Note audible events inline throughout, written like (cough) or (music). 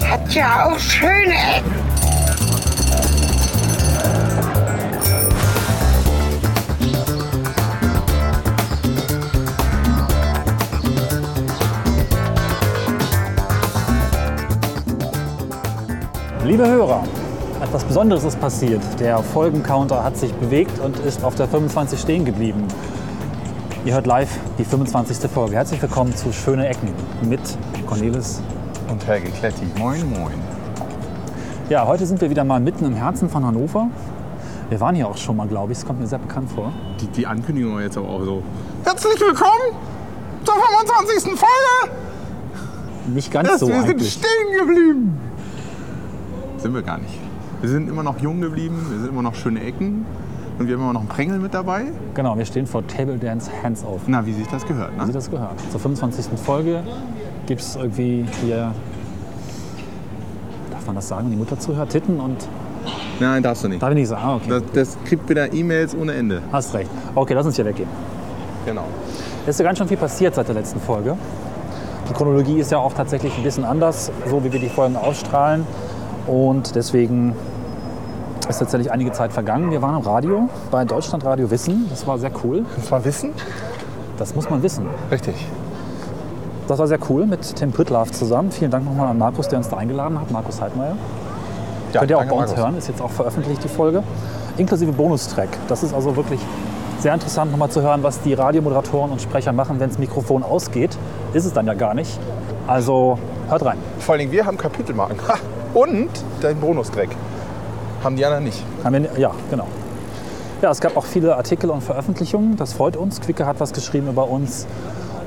gibt ja auch schöne Ecken. Liebe Hörer, etwas Besonderes ist passiert. Der Folgencounter hat sich bewegt und ist auf der 25 stehen geblieben. Ihr hört live die 25. Folge. Herzlich willkommen zu Schöne Ecken mit Cornelis. Und Helge Kletti. Moin, moin. Ja, heute sind wir wieder mal mitten im Herzen von Hannover. Wir waren hier auch schon mal, glaube ich. Es kommt mir sehr bekannt vor. Die, die Ankündigung war jetzt aber auch so. Herzlich willkommen zur 25. Folge. Nicht ganz so wir sind eigentlich. stehen geblieben. Sind wir gar nicht. Wir sind immer noch jung geblieben, wir sind immer noch schöne Ecken. Und wir haben immer noch einen Prängel mit dabei. Genau, wir stehen vor Table Dance Hands Off. Na, wie sich das gehört, Wie ne? das gehört. Zur 25. Folge gibt es irgendwie hier, darf man das sagen, wenn die Mutter zuhört, Titten und Nein, darfst du nicht. darf ich nicht sagen, ah, okay. Das, das kriegt wieder E-Mails ohne Ende. Hast recht. Okay, lass uns hier weggehen. Genau. Es ist ja ganz schön viel passiert seit der letzten Folge. Die Chronologie ist ja auch tatsächlich ein bisschen anders, so wie wir die Folgen ausstrahlen. Und deswegen ist tatsächlich einige Zeit vergangen. Wir waren im Radio bei Deutschlandradio Wissen. Das war sehr cool. Und zwar Wissen? Das muss man wissen. Richtig. Das war sehr cool mit Tim Pritlaff zusammen. Vielen Dank nochmal an Markus, der uns da eingeladen hat. Markus Heidmeier. Ja, Könnt ihr auch danke, bei uns Markus. hören, ist jetzt auch veröffentlicht, die Folge. Inklusive Bonustrack. Das ist also wirklich sehr interessant, nochmal zu hören, was die Radiomoderatoren und Sprecher machen, wenn das Mikrofon ausgeht. Ist es dann ja gar nicht. Also hört rein. Vor allen Dingen, wir haben Kapitelmarken. Ha! Und dein Bonusdreck. Haben die anderen nicht. Haben wir- Ja, genau. Ja, es gab auch viele Artikel und Veröffentlichungen. Das freut uns. Quicke hat was geschrieben über uns.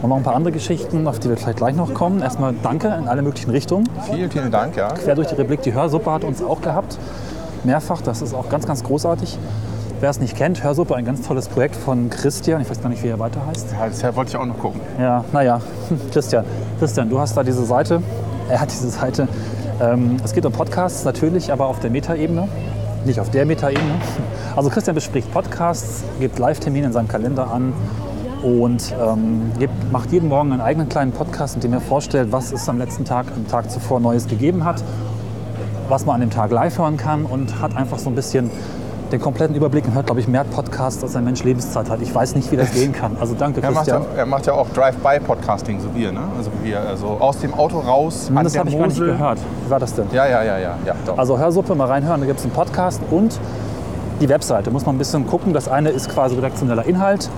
Und noch ein paar andere Geschichten, auf die wir vielleicht gleich noch kommen. Erstmal danke in alle möglichen Richtungen. Vielen, vielen Dank, ja. quer durch die Republik. Die Hörsuppe hat uns auch gehabt. Mehrfach. Das ist auch ganz, ganz großartig. Wer es nicht kennt, Hörsuppe, ein ganz tolles Projekt von Christian. Ich weiß gar nicht, wie er weiter heißt. Ja, Deshalb wollte ich auch noch gucken. Ja, naja, (laughs) hm, Christian. Christian, du hast da diese Seite. Er hat diese Seite. Ähm, es geht um Podcasts natürlich, aber auf der Metaebene. Nicht auf der Metaebene. (laughs) Also Christian bespricht Podcasts, gibt Live-Termine in seinem Kalender an und ähm, gibt, macht jeden Morgen einen eigenen kleinen Podcast, in dem er vorstellt, was es am letzten Tag, am Tag zuvor Neues gegeben hat was man an dem Tag live hören kann und hat einfach so ein bisschen den kompletten Überblick und hört, glaube ich, mehr Podcasts, als ein Mensch Lebenszeit hat. Ich weiß nicht, wie das (laughs) gehen kann. Also danke, Er macht, Christian. ja, er macht ja auch Drive-by-Podcasting, so wir, ne? Also wir, also aus dem Auto raus, an das der habe ich gar nicht Mosel. gehört. Wie war das denn? Ja, ja, ja, ja, ja. Doch. Also Hörsuppe, mal reinhören, da gibt es einen Podcast und die Webseite. Muss man ein bisschen gucken. Das eine ist quasi redaktioneller Inhalt,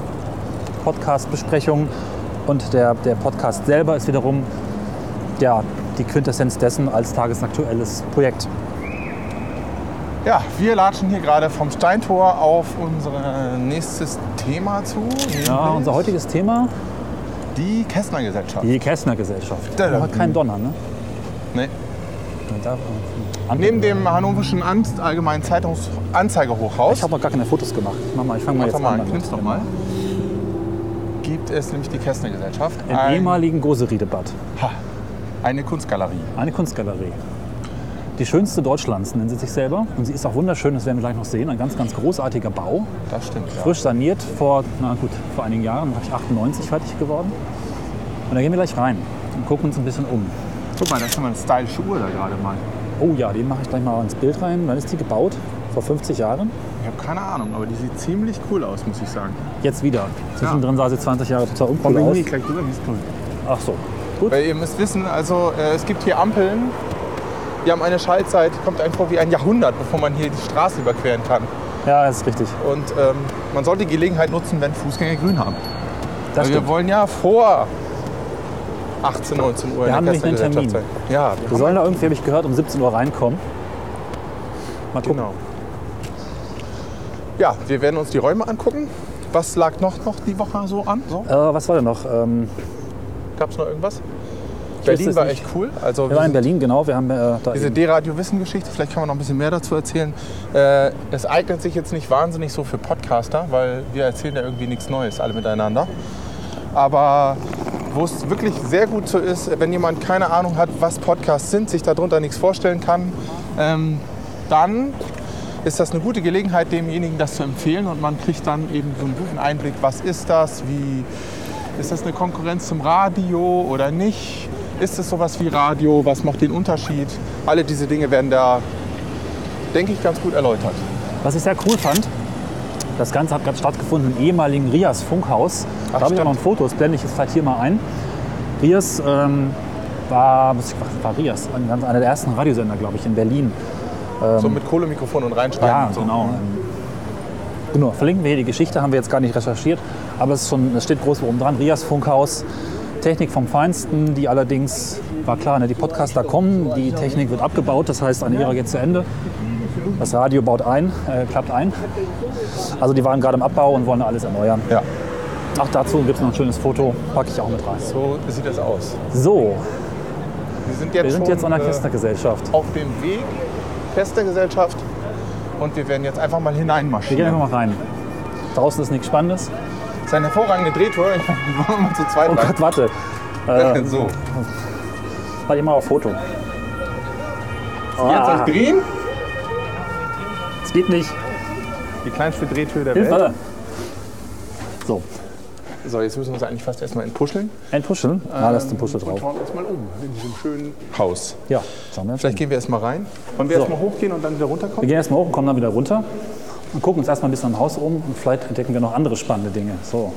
Podcast-Besprechung und der, der Podcast selber ist wiederum ja, die Quintessenz dessen als tagesaktuelles Projekt. ja, wir latschen hier gerade vom Steintor auf unser nächstes Thema zu. nämlich Ja, unser heutiges Thema, die Kästner-Gesellschaft. die Kästner-Gesellschaft. Da, da, Aber kein Donner, ne? äh, Nee. Man darf- Andere- Neben dem hannoverschen An Allgemeinen Zeitungs Anzeigehochhaus, Ich habe noch gar keine Fotos gemacht. Mach mal, ich fange mal Mach jetzt doch mal, an. knips doch mal, gibt es nämlich die Kästner-Gesellschaft. Im Ein- ehemaligen Goseriedebad. Ha, eine Kunstgalerie. Eine Kunstgalerie. Die schönste Deutschlands nennen sie sich selber. Und sie ist auch wunderschön, das werden wir gleich noch sehen. Ein ganz, ganz großartiger Bau. Das stimmt, ja. Frisch saniert vor, na gut, vor einigen Jahren, habe ich 98 fertig geworden. Und da gehen wir gleich rein und gucken uns ein bisschen um. Guck mal, das ist mal eine stylische Uhr da gerade mal. Oh ja, die mache ich gleich mal ins Bild rein. Wann ist die gebaut? Vor 50 Jahren. Ich habe keine Ahnung, aber die sieht ziemlich cool aus, muss ich sagen. Jetzt wieder. Zwischendrin sah sie 20 Jahre total uncool aus. gleich rüber, wie ist cool. Ach so. Gut. Weil ihr müsst wissen, also äh, es gibt hier Ampeln, die haben eine Schaltzeit, kommt einem vor wie ein Jahrhundert, bevor man hier die Straße überqueren kann. Ja, ist richtig. Und ähm, man sollte die Gelegenheit nutzen, wenn Fußgänger grün haben. Das Weil wir stimmt. wollen ja vor 18, 19 Uhr Wir haben in der nämlich einen Kästnergesellschaft Termin. sein. Ja, wir Wir haben, sollen da irgendwie, habe ich gehört, um 17 Uhr reinkommen. Mal gucken. genau. Ja, wir werden uns die Räume angucken. Was lag noch, noch die Woche so an? So? Äh, was war denn noch? Ähm, Gab es noch irgendwas? wüsste Berlin es war nicht. echt cool. Also wir waren in Berlin, genau. Wir haben äh, da Diese eben- D-Radio-Wissen-Geschichte, vielleicht kann man noch ein bisschen mehr dazu erzählen. Äh, es eignet sich jetzt nicht wahnsinnig so für Podcaster, weil wir erzählen ja irgendwie nichts Neues alle miteinander. Aber wo es wirklich sehr gut so ist, wenn jemand keine Ahnung hat, was Podcasts sind, sich darunter nichts vorstellen kann, ähm, dann ist das eine gute Gelegenheit, demjenigen das zu empfehlen und man kriegt dann eben so einen guten Einblick, was ist das, wie ist das eine Konkurrenz zum Radio oder nicht, Ist es sowas wie Radio? Was macht den Unterschied? Alle diese Dinge werden da, denke ich, ganz gut erläutert. Was ich sehr cool fand, das Ganze hat gerade stattgefunden im ehemaligen Rias Funkhaus. Ach, da habe ich auch noch ein stimmt. Foto, das blende ich jetzt vielleicht hier mal ein. Rias ähm, war, muss ich, was war Rias? Ein ganz- Einer der ersten Radiosender, glaube ich, in Berlin. so mit Kohlemikrofon und reinschreiben. Ähm. Ja, und so. genau. ähm, Genau, verlinken wir hier die Geschichte, haben wir jetzt gar nicht recherchiert, aber es, ist schon, es steht groß oben dran. Rias Funkhaus, Technik vom Feinsten, die allerdings, war klar, ne, die Podcaster kommen, die Technik wird abgebaut, das heißt, eine Ära geht zu Ende. Das Radio baut ein, äh, klappt ein. Also die waren gerade im Abbau und wollen alles erneuern. Ja, Ach, dazu gibt es noch ein schönes Foto, packe ich auch mit rein. so sieht das aus. So, Wir sind jetzt, wir sind schon, jetzt an der äh, Kästnergesellschaft. auf dem Weg fester Gesellschaft und wir werden jetzt einfach mal Wir gehen hineinmarschieren. einfach mal rein. Draußen ist nichts Spannendes. Das ist eine hervorragende Drehtour. Ich (laughs) meine, wir wollen mal zu zweit Oh rein. Gott, warte. Äh, (laughs) So, Warte immer auf Foto. Ah. jetzt auf Green. es geht nicht. Die kleinste Drehtür der Hilf, Welt. warte. So, So, jetzt müssen wir uns eigentlich fast erstmal entpuscheln. Äh? ein Puschel. Ah, da ist ein Puschel Und drauf. schauen uns mal um in diesem schönen Haus. Ja, schauen wir uns Vielleicht an. gehen wir erstmal rein. Wollen wir So. erstmal hochgehen und dann wieder Wir runterkommen? gehen erstmal hoch und kommen dann wieder runter und gucken uns erstmal ein bisschen am Haus um und vielleicht entdecken wir noch andere spannende Dinge. So,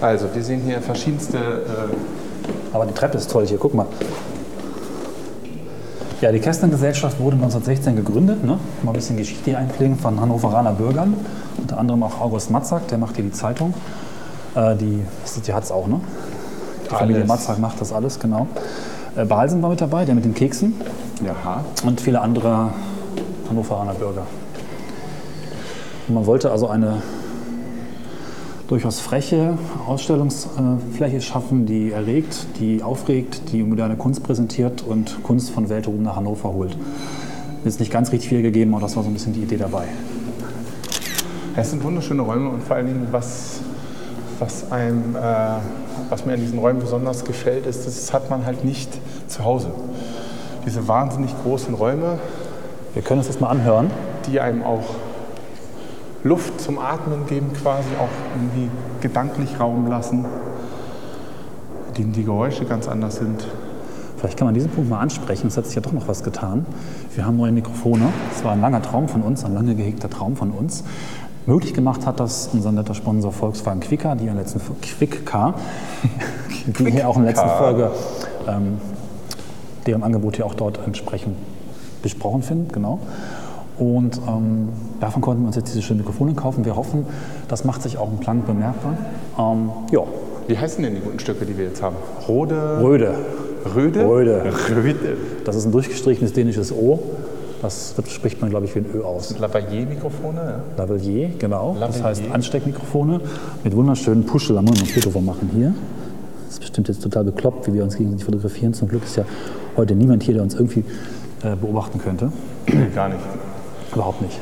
Also, wir sehen hier verschiedenste. Äh, aber die Treppe ist toll hier, guck mal. Ja, die Kästner Gesellschaft wurde 1916 gegründet. Ne? Mal ein bisschen Geschichte hier einpflegen von Hannoveraner Bürgern. Unter anderem auch August Matzak, der macht hier die Zeitung. Äh, die ist das- die hat es auch, ne? Die Familie Alles. Matzak macht das alles, genau. Äh, Balsen war mit dabei, der mit den Keksen. ja. und viele andere Hannoveraner Bürger. Und man wollte also eine durchaus freche Ausstellungsfläche schaffen, die erregt, die aufregt, die moderne Kunst präsentiert und Kunst von Weltruhm nach Hannover holt. Ist nicht ganz richtig viel gegeben, aber das war so ein bisschen die Idee dabei. Es sind wunderschöne Räume und vor allen Dingen, was, was, einem, äh, was mir an diesen Räumen besonders gefällt, ist, das hat man halt nicht zu Hause. Diese wahnsinnig großen Räume, Wir können uns das mal anhören. die einem auch Luft zum Atmen geben, quasi auch irgendwie gedanklich Raum lassen, in denen die Geräusche ganz anders sind. Vielleicht kann man diesen Punkt mal ansprechen. Es hat sich ja doch noch was getan. Wir haben neue Mikrofone. Es war ein langer Traum von uns, ein lange gehegter Traum von uns. Möglich gemacht hat das unser netter Sponsor Volkswagen Quicka, die in der letzten Fo- Quick Car, die hier auch in der letzten Folge, ähm, deren Angebot hier auch dort entsprechend besprochen finden, genau. Und ähm, davon konnten wir uns jetzt diese schönen Mikrofone kaufen. Wir hoffen, das macht sich auch im Klang bemerkbar. Ähm, ja, Wie heißen denn die guten Stücke, die wir jetzt haben? Rode. Röde. Röde? Röde. Röde. Das ist ein durchgestrichenes dänisches O. Das wird, spricht man, glaube ich, wie ein Ö aus. Lavalier-Mikrofone? ja. Lavalier, genau. Das Lavalier. heißt Ansteckmikrofone mit wunderschönen Puschel. Da muss man ein Foto von machen hier. Das ist bestimmt jetzt total bekloppt, wie wir uns gegenseitig fotografieren. Zum Glück ist ja heute niemand hier, der uns irgendwie äh, beobachten könnte. Nee, gar nicht. Überhaupt nicht.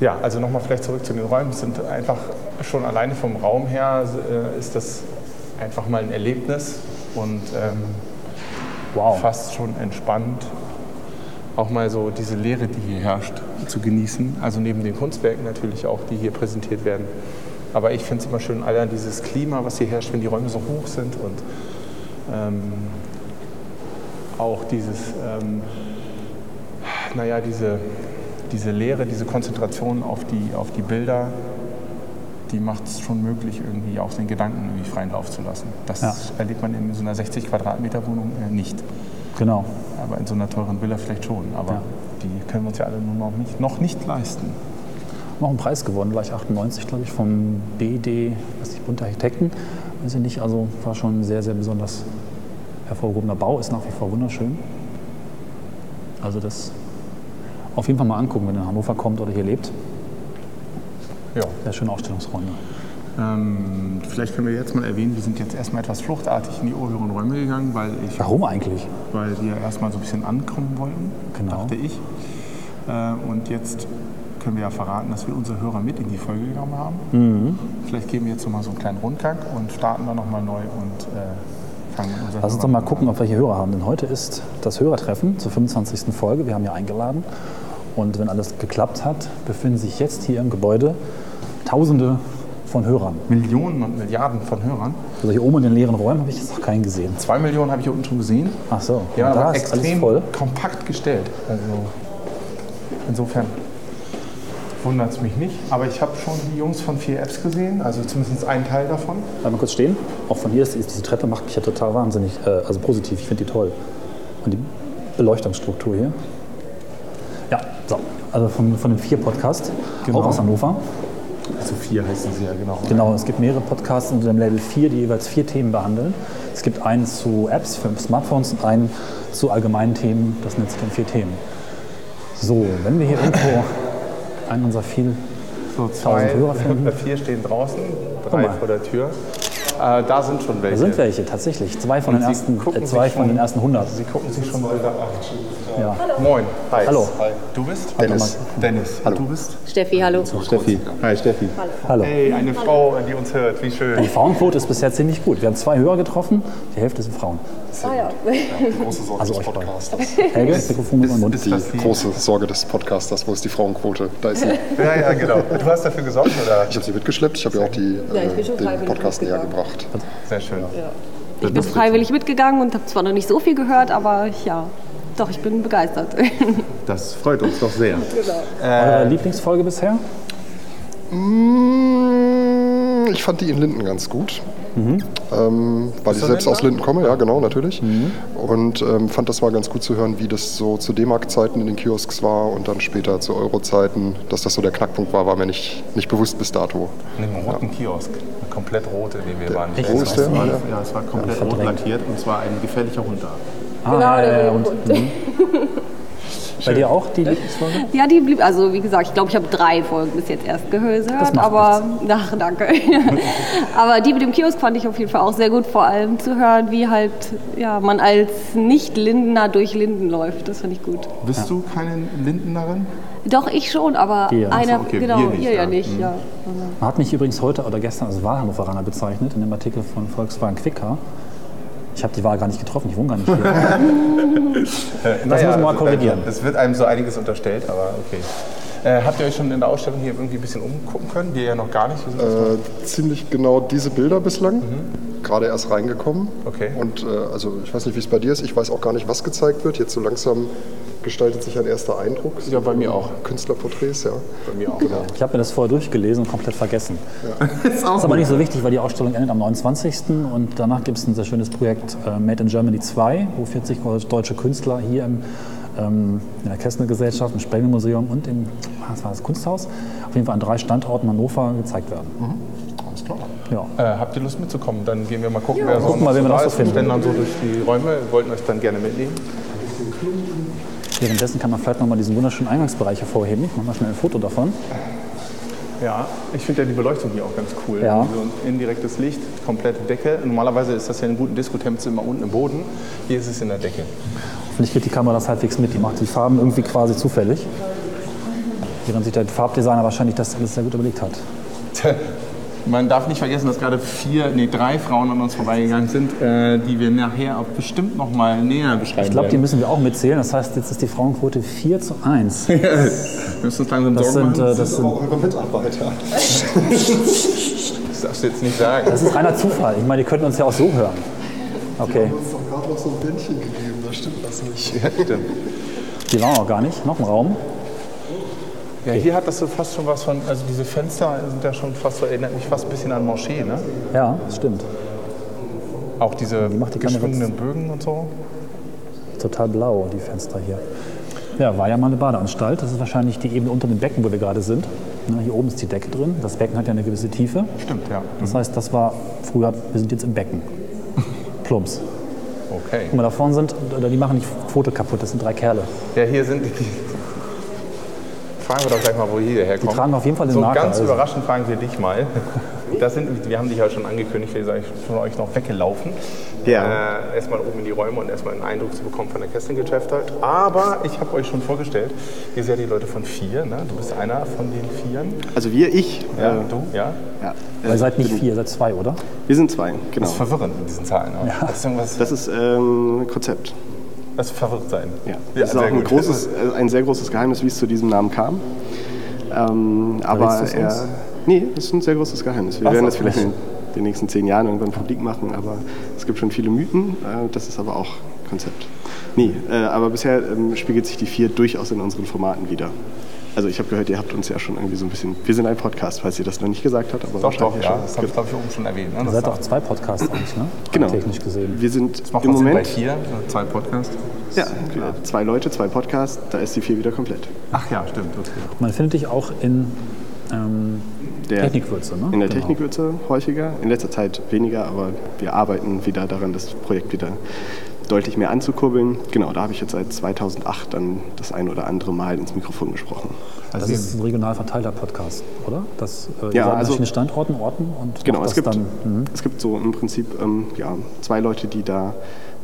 Ja, also nochmal vielleicht zurück zu den Räumen. Es sind einfach schon alleine vom Raum her äh, ist das einfach mal ein Erlebnis und ähm, Wow. fast schon entspannt, auch mal so diese Leere, die hier herrscht, zu genießen. Also neben den Kunstwerken natürlich auch, die hier präsentiert werden. Aber ich finde es immer schön, allein dieses Klima, was hier herrscht, wenn die Räume so hoch sind und ähm, auch dieses, ähm, naja, diese, diese Leere, diese Konzentration auf die, auf die Bilder, die macht es schon möglich, irgendwie auch den Gedanken irgendwie freien Lauf zu lassen. Das Ja. erlebt man in so einer 60 Quadratmeter Wohnung äh, nicht. Genau. Aber in so einer teuren Villa vielleicht schon. Aber Ja. die können wir uns ja alle nur noch nicht, noch nicht leisten. Noch einen Preis gewonnen, gleich 98, glaube ich, vom BD, was ich, Bund der Architekten. Weiß ich nicht, also war schon ein sehr, sehr besonders hervorgehobener Bau, ist nach wie vor wunderschön. Also das auf jeden Fall mal angucken, wenn ihr nach Hannover kommt oder hier lebt. Ja. Sehr schöne Ausstellungsräume. Ähm, vielleicht können wir jetzt mal erwähnen, wir sind jetzt erstmal etwas fluchtartig in die oberen Räume gegangen, weil, ich, Warum eigentlich? weil wir erstmal so ein bisschen ankommen wollten, Genau. dachte ich. Äh, und jetzt können wir ja verraten, dass wir unsere Hörer mit in die Folge genommen haben. Mhm. Vielleicht geben wir jetzt nochmal so einen kleinen Rundgang und starten dann nochmal neu und äh, fangen mit unseren Lass uns doch Hörern mal an. gucken, ob wir hier Hörer haben. Denn heute ist das Hörertreffen zur 25. Folge. Wir haben ja eingeladen. Und wenn alles geklappt hat, befinden sich jetzt hier im Gebäude tausende von Hörern. Millionen und Milliarden von Hörern. Also hier oben in den leeren Räumen habe ich jetzt noch keinen gesehen. Zwei Millionen habe ich hier unten schon gesehen. Ach so, Ja, und da aber ist alles extrem voll. kompakt gestellt. Also insofern wundert es mich nicht. Aber ich habe schon die Jungs von vier Apps gesehen, also zumindest einen Teil davon. Bleib mal kurz stehen. Auch von hier ist, ist diese Treppe macht mich ja total wahnsinnig. Äh, also positiv, ich finde die toll. Und die Beleuchtungsstruktur hier. Ja, so. Also von, von dem Vier-Podcast, Genau. auch aus Hannover. Also vier heißen sie ja genau. Genau, es gibt mehrere Podcasts unter dem Label 4, die jeweils vier Themen behandeln. Es gibt einen zu Apps für Smartphones und einen zu allgemeinen Themen. Das sind jetzt dann vier Themen. So, wenn wir hier irgendwo einen unserer viel So zwei, Hörer finden. (laughs) vier stehen draußen, Guck drei mal. vor der Tür. Äh, da sind schon welche. Da sind welche tatsächlich. Zwei von den Sie ersten, gucken äh, zwei sich um. von schon- den ersten 100. Sie gucken sich schon Bilder an. Ja. Moin. Hi. Hallo. Du bist? Dennis. Dennis. Hallo. Du bist? Steffi, hallo. Steffi. Hi, Steffi. Hallo. Hey, eine Frau, die uns hört. Wie schön. Die Frauenquote ist bisher ziemlich gut. Wir haben zwei Hörer getroffen, die Hälfte sind Frauen. Ah, ja. Große Sorge Also des euch beide. Podcasters. Helge, Mikrofon mit meinem Mund. Ist das Die die- große Sorge des Podcasters. Wo ist die Frauenquote? Da ist sie. Ich Ja, ja, genau. Du hast dafür gesorgt, oder? habe sie mitgeschleppt. Ich habe ihr auch die, Ja, ich bin äh, schon den freiwillig Podcast näher mitgegangen. gebracht. Sehr schön. Ich bin freiwillig mitgegangen und habe zwar noch nicht so viel gehört, aber ja, doch, ich bin begeistert. Ah, (laughs) Das freut uns doch sehr. äh, Eure Lieblingsfolge bisher? Mm, Ich fand die in Linden ganz gut. Mhm. Ähm, weil ich du selbst aus Lindner? Linden komme, ja, genau, natürlich. Mhm. Und ähm, fand das mal ganz gut zu hören, wie das so zu D-Mark-Zeiten in den Kiosks war und dann später zu Euro-Zeiten. Dass das so der Knackpunkt war, war mir nicht, nicht bewusst bis dato. In dem roten Kiosk. Komplett rot, in dem wir waren. Echt? Wo ist der? Ah, ja. Ja, es war komplett rot lackiert und zwar ein gefährlicher Hund da. Ah, Genau, ja, ja, ja, und, mhm. Bei dir auch die Lieblingsfolge? ja, die blieb, also wie gesagt, ich glaube, ich habe drei Folgen bis jetzt erst gehört, macht aber (laughs) ach, danke. aber die mit dem Kiosk fand ich auf jeden Fall auch sehr gut, vor allem zu hören, wie halt ja, man als Nicht-Lindener durch Linden läuft. Das fand ich gut. Bist du keine Lindenerin? Doch, ich schon, aber Hier, ach so, einer, okay, genau, hier nicht, ihr ja ja. nicht. Mhm. Ja. Man hat mich übrigens heute oder gestern als Wahlhannoveraner bezeichnet, in dem Artikel von Volkswagen Quicker. Ich habe die Wahl gar nicht getroffen, ich wohne gar nicht hier. Das muss man mal korrigieren. Es wird einem so einiges unterstellt, aber okay. Äh, habt ihr euch schon in der Ausstellung hier irgendwie ein bisschen umgucken können? Wir ja noch gar nicht. Wir sind erst mal- Äh, ziemlich genau diese Bilder bislang. Gerade erst reingekommen. Mhm. Okay. Und äh, also ich weiß nicht, wie es bei dir ist. Ich weiß auch gar nicht, was gezeigt wird. Jetzt so langsam gestaltet sich ein erster Eindruck. Ja, bei mir auch. Künstlerporträts, ja. Bei mir auch. Genau. Ich habe mir das vorher durchgelesen und komplett vergessen. Ist auch Ist aber nicht so wichtig, weil die Ausstellung endet am 29. und danach gibt es ein sehr schönes Projekt äh, Made in Germany 2, wo 40 deutsche Künstler hier im, ähm, in der Kessner Gesellschaft, im Sprengelmuseum und im was war das, Kunsthaus auf jeden Fall an drei Standorten Hannover gezeigt werden. Alles klar. Ja. Äh, habt ihr Lust mitzukommen? Dann gehen wir mal gucken, wer gucken mal, wen wir noch da so ist. finden. Wir rennen dann so durch die Räume, Wir wollten euch dann gerne mitnehmen. Währenddessen kann man vielleicht nochmal diesen wunderschönen Eingangsbereich hervorheben. Machen wir schnell ein Foto davon. Ja, ich finde ja die Beleuchtung hier auch ganz cool. Ja. So ein indirektes Licht, komplette Decke. Normalerweise ist das ja in guten Diskotemps immer unten im Boden. Hier ist es in der Decke. Hoffentlich kriegt die Kamera das halbwegs mit. Die macht die Farben irgendwie quasi zufällig. Während sich der Farbdesigner wahrscheinlich das alles sehr gut überlegt hat. Tja, Man darf nicht vergessen, dass gerade vier, nee, drei Frauen an uns vorbeigegangen sind, äh, die wir nachher auch bestimmt noch mal näher beschreiben Ich glaube, die werden. müssen wir auch mitzählen. Das heißt, jetzt ist die Frauenquote 4 zu 1. Wir müssen uns langsam Das Sorgen sind, machen. äh, das sind Eure Mitarbeiter. Das darfst du jetzt nicht sagen. Das ist reiner Zufall. Ich meine, die könnten uns ja auch so hören. Okay, Du hast doch gerade noch so ein Bändchen gegeben, da stimmt was nicht. die waren auch gar nicht. Noch ein Raum. Ja, hier hat das so fast schon was von, also diese Fenster sind ja schon fast so, erinnert mich fast ein bisschen an Moschee, ne? Ja, das stimmt. Auch diese macht die Kamera geschwungenen Bögen und so. Total blau, die Fenster hier. Ja, war ja mal eine Badeanstalt. Das ist wahrscheinlich die Ebene unter dem Becken, wo wir gerade sind. Ne, Hier oben ist die Decke drin. Das Becken hat ja eine gewisse Tiefe. Stimmt, ja. Das heißt, das war früher, wir sind jetzt im Becken. Plumps. Okay. Guck mal, da vorne sind, oder die machen nicht Foto kaputt, das sind drei Kerle. Ja, hier sind die. Fragen wir doch gleich mal, wo hier herkommt. Die tragen auf jeden Fall den So Marker, ganz also. überraschend fragen wir dich mal. (laughs) Das sind, wir haben dich ja schon angekündigt, wir sind von euch noch weggelaufen. Ja. Äh, erstmal oben in die Räume und erstmal einen Eindruck zu bekommen von der Kesselgeschäft halt. Aber ich habe euch schon vorgestellt, ihr seid die Leute von vier, ne? Du bist einer von den Vieren. Also wir, ich. Ja, äh, du, ja. ja. Ihr Äh, seid nicht vier, ihr seid zwei, oder? wir sind zwei, genau. Das ist verwirrend mit diesen Zahlen. oder? Das ist irgendwas, Das ist ähm, ein Konzept. das ist verwirrt sein. Ja. Das ist auch sehr ein, gut. großes, äh, ein sehr großes Geheimnis, wie es zu diesem Namen kam. Ähm, aber Verrätst du's er, uns? Nee, das ist ein sehr großes Geheimnis. Wir Ach werden so. das vielleicht in den nächsten zehn Jahren irgendwann publik machen, aber es gibt schon viele Mythen. Äh, das ist aber auch Konzept. Nee, äh, aber bisher ähm, spiegelt sich die vier durchaus in unseren Formaten wieder. Also ich habe gehört, ihr habt uns ja schon irgendwie so ein bisschen. Wir sind ein Podcast, falls ihr das noch nicht gesagt habt, aber Doch, doch, wahrscheinlich ja. schon. Das habe ich, glaube ich, oben schon erwähnt. Ne? Ihr Das seid auch zwei Podcasts eigentlich, ne? Genau. Technisch gesehen. Wir sind macht im man Sinn Moment bei vier, äh, zwei Podcasts. ja, klar. zwei Leute, zwei Podcasts. Da ist die vier wieder komplett. Ach ja, stimmt. Okay. Man findet dich auch in ähm, Der- Technikwürze, ne? In der Genau. Technik wird sie häufiger, in letzter Zeit weniger, aber wir arbeiten wieder daran, das Projekt wieder deutlich mehr anzukurbeln. Genau, da habe ich jetzt seit 2008 dann das ein oder andere Mal ins Mikrofon gesprochen. Also Also Das ist ein regional verteilter Podcast, oder? Das, äh, ihr Also Ja, seid an also- verschiedenen Standorten, Orten und Genau, macht es das gibt, dann. Mhm. es gibt so im Prinzip ähm, ja, zwei Leute, die da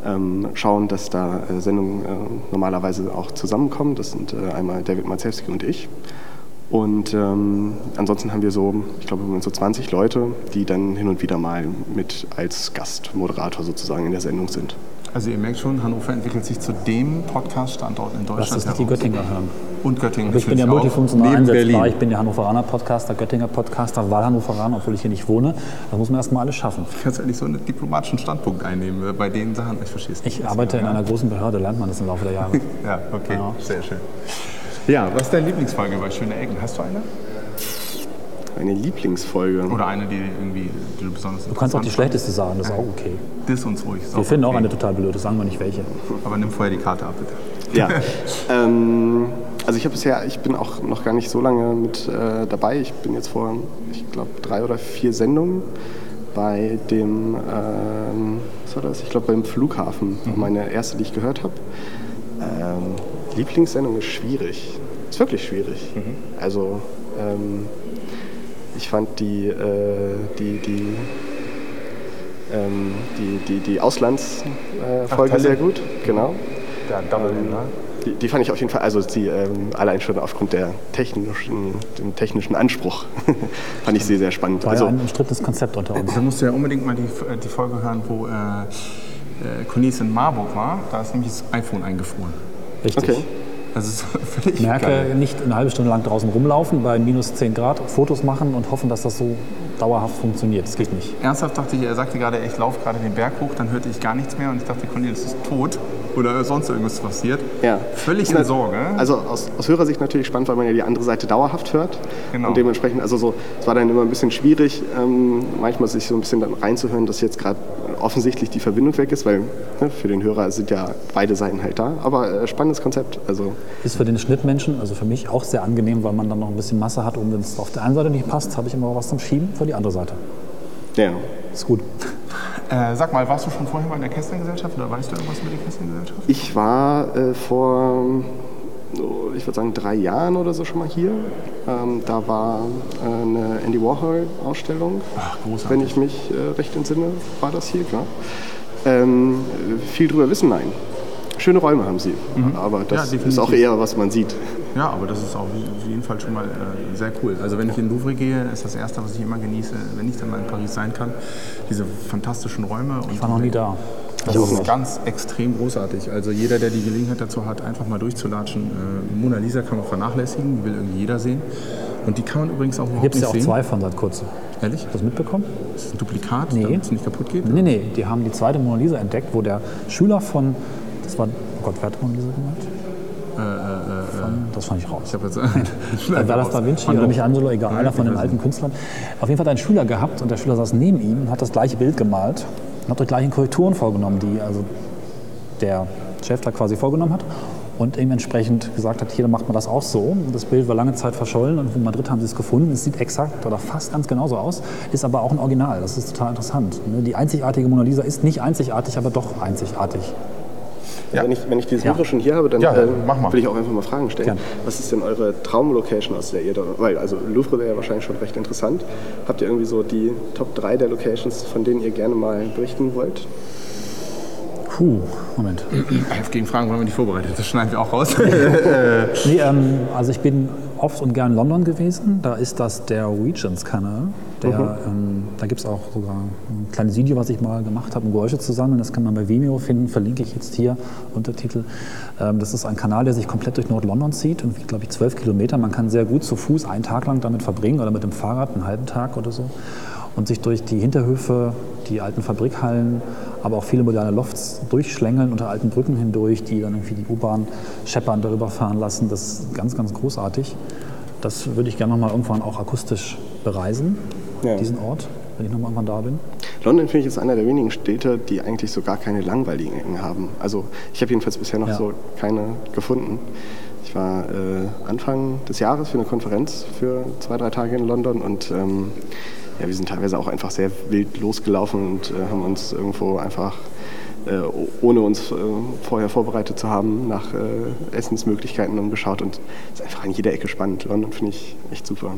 ähm, schauen, dass da äh, Sendungen äh, normalerweise auch zusammenkommen. Das sind äh, einmal David Marzewski und ich. Und ähm, ansonsten haben wir so, ich glaube, im Moment so 20 Leute, die dann hin und wieder mal mit als Gastmoderator sozusagen in der Sendung sind. Also ihr merkt schon, Hannover entwickelt sich zu dem Podcast-Standort in Lass Deutschland. das nicht die heraus. Göttinger hören. Und Göttingen. Ich bin ja natürlich auch. multifunktional Neben einsetzbar. Berlin. Ich bin ja Hannoveraner Podcaster, Göttinger Podcaster, Wahlhannoveraner, obwohl ich hier nicht wohne. Das muss man erstmal alles schaffen. kannst ehrlich so einen diplomatischen Standpunkt einnehmen äh, bei den Sachen. Ich verstehe es nicht. Ich arbeite in einer großen Behörde, lernt man das im Laufe der Jahre. Ja, okay, sehr schön. Ja, was ist deine Lieblingsfolge bei Schöne Ecken? Hast du eine? Eine Lieblingsfolge. Oder eine, die irgendwie die du besonders Du kannst auch die schlechteste sagen, das ist auch okay. Diss uns ruhig. ist Wir finden auch okay. eine total blöde, sagen wir nicht welche. Aber nimm vorher die Karte ab, bitte. Ja. ähm, also ich habe bisher, ich bin auch noch gar nicht so lange mit äh, dabei. Ich bin jetzt vor, ich glaube, drei oder vier Sendungen bei dem, ähm, was war das? Ich glaube, beim Flughafen. War Meine erste, die ich gehört habe. Ähm, Lieblingssendung ist schwierig. Ist wirklich schwierig. Also ähm, ich fand die, äh, die, die, ähm, die, die, die Auslandsfolge äh, Folge Thalia. sehr gut. Genau. Ähm, Ja, Double M, ne? Die, die fand ich auf jeden Fall, also die ähm, allein schon aufgrund der technischen, dem technischen Anspruch, (laughs) fand ich sie sehr spannend. War Also, ja ein umstrittenes Konzept unter uns. Dann musst du ja unbedingt mal die, äh, die Folge hören, wo äh, äh, Cornelis in Marburg war. Da ist nämlich das iPhone eingefroren. Richtig. okay. Das ist (laughs) völlig Merke, geil. nicht eine halbe Stunde lang draußen rumlaufen, bei minus 10 Grad Fotos machen und hoffen, dass das so dauerhaft funktioniert. Das geht nicht. Ernsthaft dachte ich, er sagte gerade, ich laufe gerade den Berg hoch, dann hörte ich gar nichts mehr und ich dachte, Cornelis ist tot oder sonst irgendwas passiert. Ja. Völlig in Sorge. Also aus, aus Hörersicht natürlich spannend, weil man ja die andere Seite dauerhaft hört. Genau. Und dementsprechend, also so, es war dann immer ein bisschen schwierig, ähm, manchmal sich so ein bisschen dann reinzuhören, dass jetzt gerade offensichtlich die Verbindung weg ist, weil ne, für den Hörer sind ja beide Seiten halt da. Aber äh, spannendes Konzept. Also Ist für den Schnittmenschen, also für mich, auch sehr angenehm, weil man dann noch ein bisschen Masse hat. Und wenn es auf der einen Seite nicht passt, habe ich immer was zum Schieben für die andere Seite. ja. Ist gut. Äh, sag mal, warst du schon vorher mal in der Kästnergesellschaft oder weißt du irgendwas über die Kästnergesellschaft? Ich war äh, vor, so, ich würde sagen, drei Jahren oder so schon mal hier. Ähm, da war äh, eine Andy Warhol-Ausstellung. Ah. Ach, großartig. Wenn ich mich äh, recht entsinne, war das hier, klar. Ähm, viel drüber wissen, nein. Schöne Räume haben sie, aber das Mhm. Ja, definitiv. ist auch eher, was man sieht. Ja, aber das ist auf jeden Fall schon mal äh, sehr cool. Also wenn ich in Louvre gehe, ist das Erste, was ich immer genieße, wenn ich dann mal in Paris sein kann, diese fantastischen Räume. Und Ich war noch nie da. Das Also ist ganz extrem großartig. Also jeder, der die Gelegenheit dazu hat, einfach mal durchzulatschen. Äh, Mona Lisa kann man vernachlässigen, die will irgendwie jeder sehen. Und die kann man übrigens auch überhaupt Gibt es nicht ja auch sehen. zwei von seit kurzem. Ehrlich? Hast du das mitbekommen? Das ist ein Duplikat, Nee. Mhm. damit es nicht kaputt geht. Nee, nee, die haben die zweite Mona Lisa entdeckt, wo der Schüler von, das war, oh Gott, wer hat Mona Lisa gemacht? Von- Das fand ich raus. Äh, Ich habe jetzt (laughs) Äh, War das Da Vinci oder Michelangelo, egal, einer von den alten Künstlern. Auf jeden Fall hat er einen Schüler gehabt und der Schüler saß neben ihm und hat das gleiche Bild gemalt und hat die gleichen Korrekturen vorgenommen, die also der Chef da quasi vorgenommen hat und ihm entsprechend gesagt hat, hier macht man das auch so. Und Das Bild war lange Zeit verschollen und in Madrid haben sie es gefunden. Es sieht exakt oder fast ganz genauso aus, ist aber auch ein Original. Das ist total interessant. ne? Die einzigartige Mona Lisa ist nicht einzigartig, aber doch einzigartig. Wenn, ich, wenn ich dieses Ja. Mikro schon hier habe, dann Ja, äh, mach mal. will ich auch einfach mal Fragen stellen. Gerne. Was ist denn eure Traumlocation, aus der ihr da. Weil, also Louvre wäre ja wahrscheinlich schon recht interessant. Habt ihr irgendwie so die Top 3 der Locations, von denen ihr gerne mal berichten wollt? Puh, Moment. (laughs) Gegen Fragen waren wir nicht vorbereitet. Das schneiden wir auch raus. Nee, ähm, also ich bin oft und gern in London gewesen. Da ist das der Regents-Kanal. Der, ähm, da gibt es auch sogar ein kleines Video, was ich mal gemacht habe, um Geräusche zu sammeln. Das kann man bei Vimeo finden, verlinke ich jetzt hier, Untertitel. Ähm, das ist ein Kanal, der sich komplett durch Nord-London zieht und, glaube ich, zwölf Kilometer. Man kann sehr gut zu Fuß einen Tag lang damit verbringen oder mit dem Fahrrad einen halben Tag oder so und sich durch die Hinterhöfe, die alten Fabrikhallen, aber auch viele moderne Lofts durchschlängeln unter alten Brücken hindurch, die dann irgendwie die U-Bahn scheppern, darüber fahren lassen. Das ist ganz, ganz großartig. Das würde ich gerne nochmal irgendwann auch akustisch bereisen, Ja. diesen Ort, wenn ich nochmal irgendwann da Äh. bin. London finde ich ist einer der wenigen Städte, die eigentlich so gar keine langweiligen Ecken haben. Also ich habe jedenfalls bisher noch Ja. so keine gefunden. Ich war äh, Anfang des Jahres für eine Konferenz für zwei, drei Tage in London und ähm, ja, wir sind teilweise auch einfach sehr wild losgelaufen und äh, haben uns irgendwo einfach, äh, o- ohne uns äh, vorher vorbereitet zu haben, nach äh, Essensmöglichkeiten umgeschaut und es ist einfach an jeder Ecke spannend. London finde ich echt super.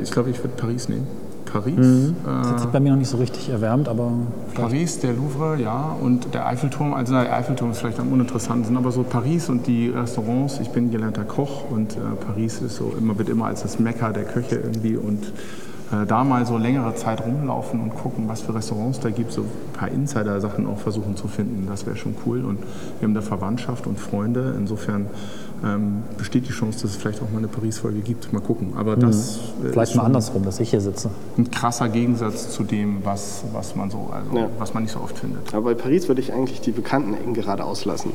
Ich glaube, ich würde Paris nehmen. Paris? Äh, Das hat sich bei mir noch nicht so richtig erwärmt, aber Paris, der Louvre, ja, und der Eiffelturm. Also na, der Eiffelturm ist vielleicht am uninteressantesten, aber so Paris und die Restaurants. Ich bin gelernter Koch und äh, Paris ist so immer wird immer als das Mekka der Köche irgendwie und äh, da mal so längere Zeit rumlaufen und gucken, was für Restaurants da gibt, so ein paar Insider-Sachen auch versuchen zu finden. Das wäre schon cool und wir haben da Verwandtschaft und Freunde. Insofern ähm, besteht die Chance, dass es vielleicht auch mal eine Paris-Folge gibt. Mal gucken. Aber das äh, Mhm. vielleicht ist mal schon- andersrum, dass ich hier sitze. ein krasser Gegensatz zu dem, was, was man so, also Ja. was man nicht so oft findet. Aber bei Paris würde ich eigentlich die bekannten Ecken gerade auslassen.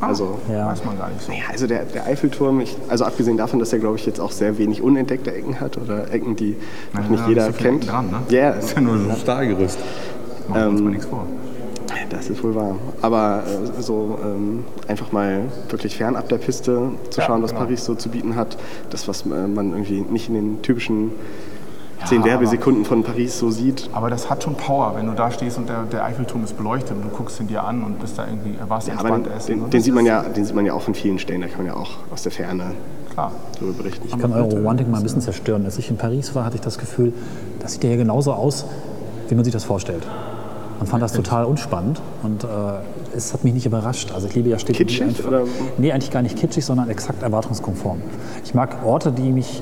Also Ah. Ja. Weiß man gar nicht so. Ja, also der, der Eiffelturm, ich, also abgesehen davon, dass er, glaube ich, jetzt auch sehr wenig unentdeckte Ecken hat oder Ecken, die noch Ja, nicht da jeder ist so viel kennt. Dran, ne? Ja, Ähm. Ist ja nur so ein Stahlgerüst. Machen wir uns mal nichts vor. das ist wohl wahr. Aber äh, so ähm, einfach mal wirklich fernab der Piste zu Ja, schauen, was genau. Paris so zu bieten hat. Das, was äh, man irgendwie nicht in den typischen Ja, 10 aber- Werbesekunden von Paris so sieht. Aber das hat schon Power, wenn du da stehst und der, der Eiffelturm ist beleuchtet und du guckst ihn dir an und bist da irgendwie warst Ja, aber entspannt den, essen. den, ne? den, Das sieht man ist ja, den sieht man ja auch von vielen Stellen, da kann man ja auch aus der Ferne Klar. darüber berichten. Ich kann eure Romantik mal ein bisschen zerstören. Als ich in Paris war, hatte ich das Gefühl, das sieht ja hier genauso aus, wie man sich das vorstellt. Und fand das total unspannend und äh, es hat mich nicht überrascht. Also ich liebe ja Städte, die Kitschig einfach- oder- Nee, eigentlich gar nicht kitschig, sondern exakt erwartungskonform. Ich mag Orte, die mich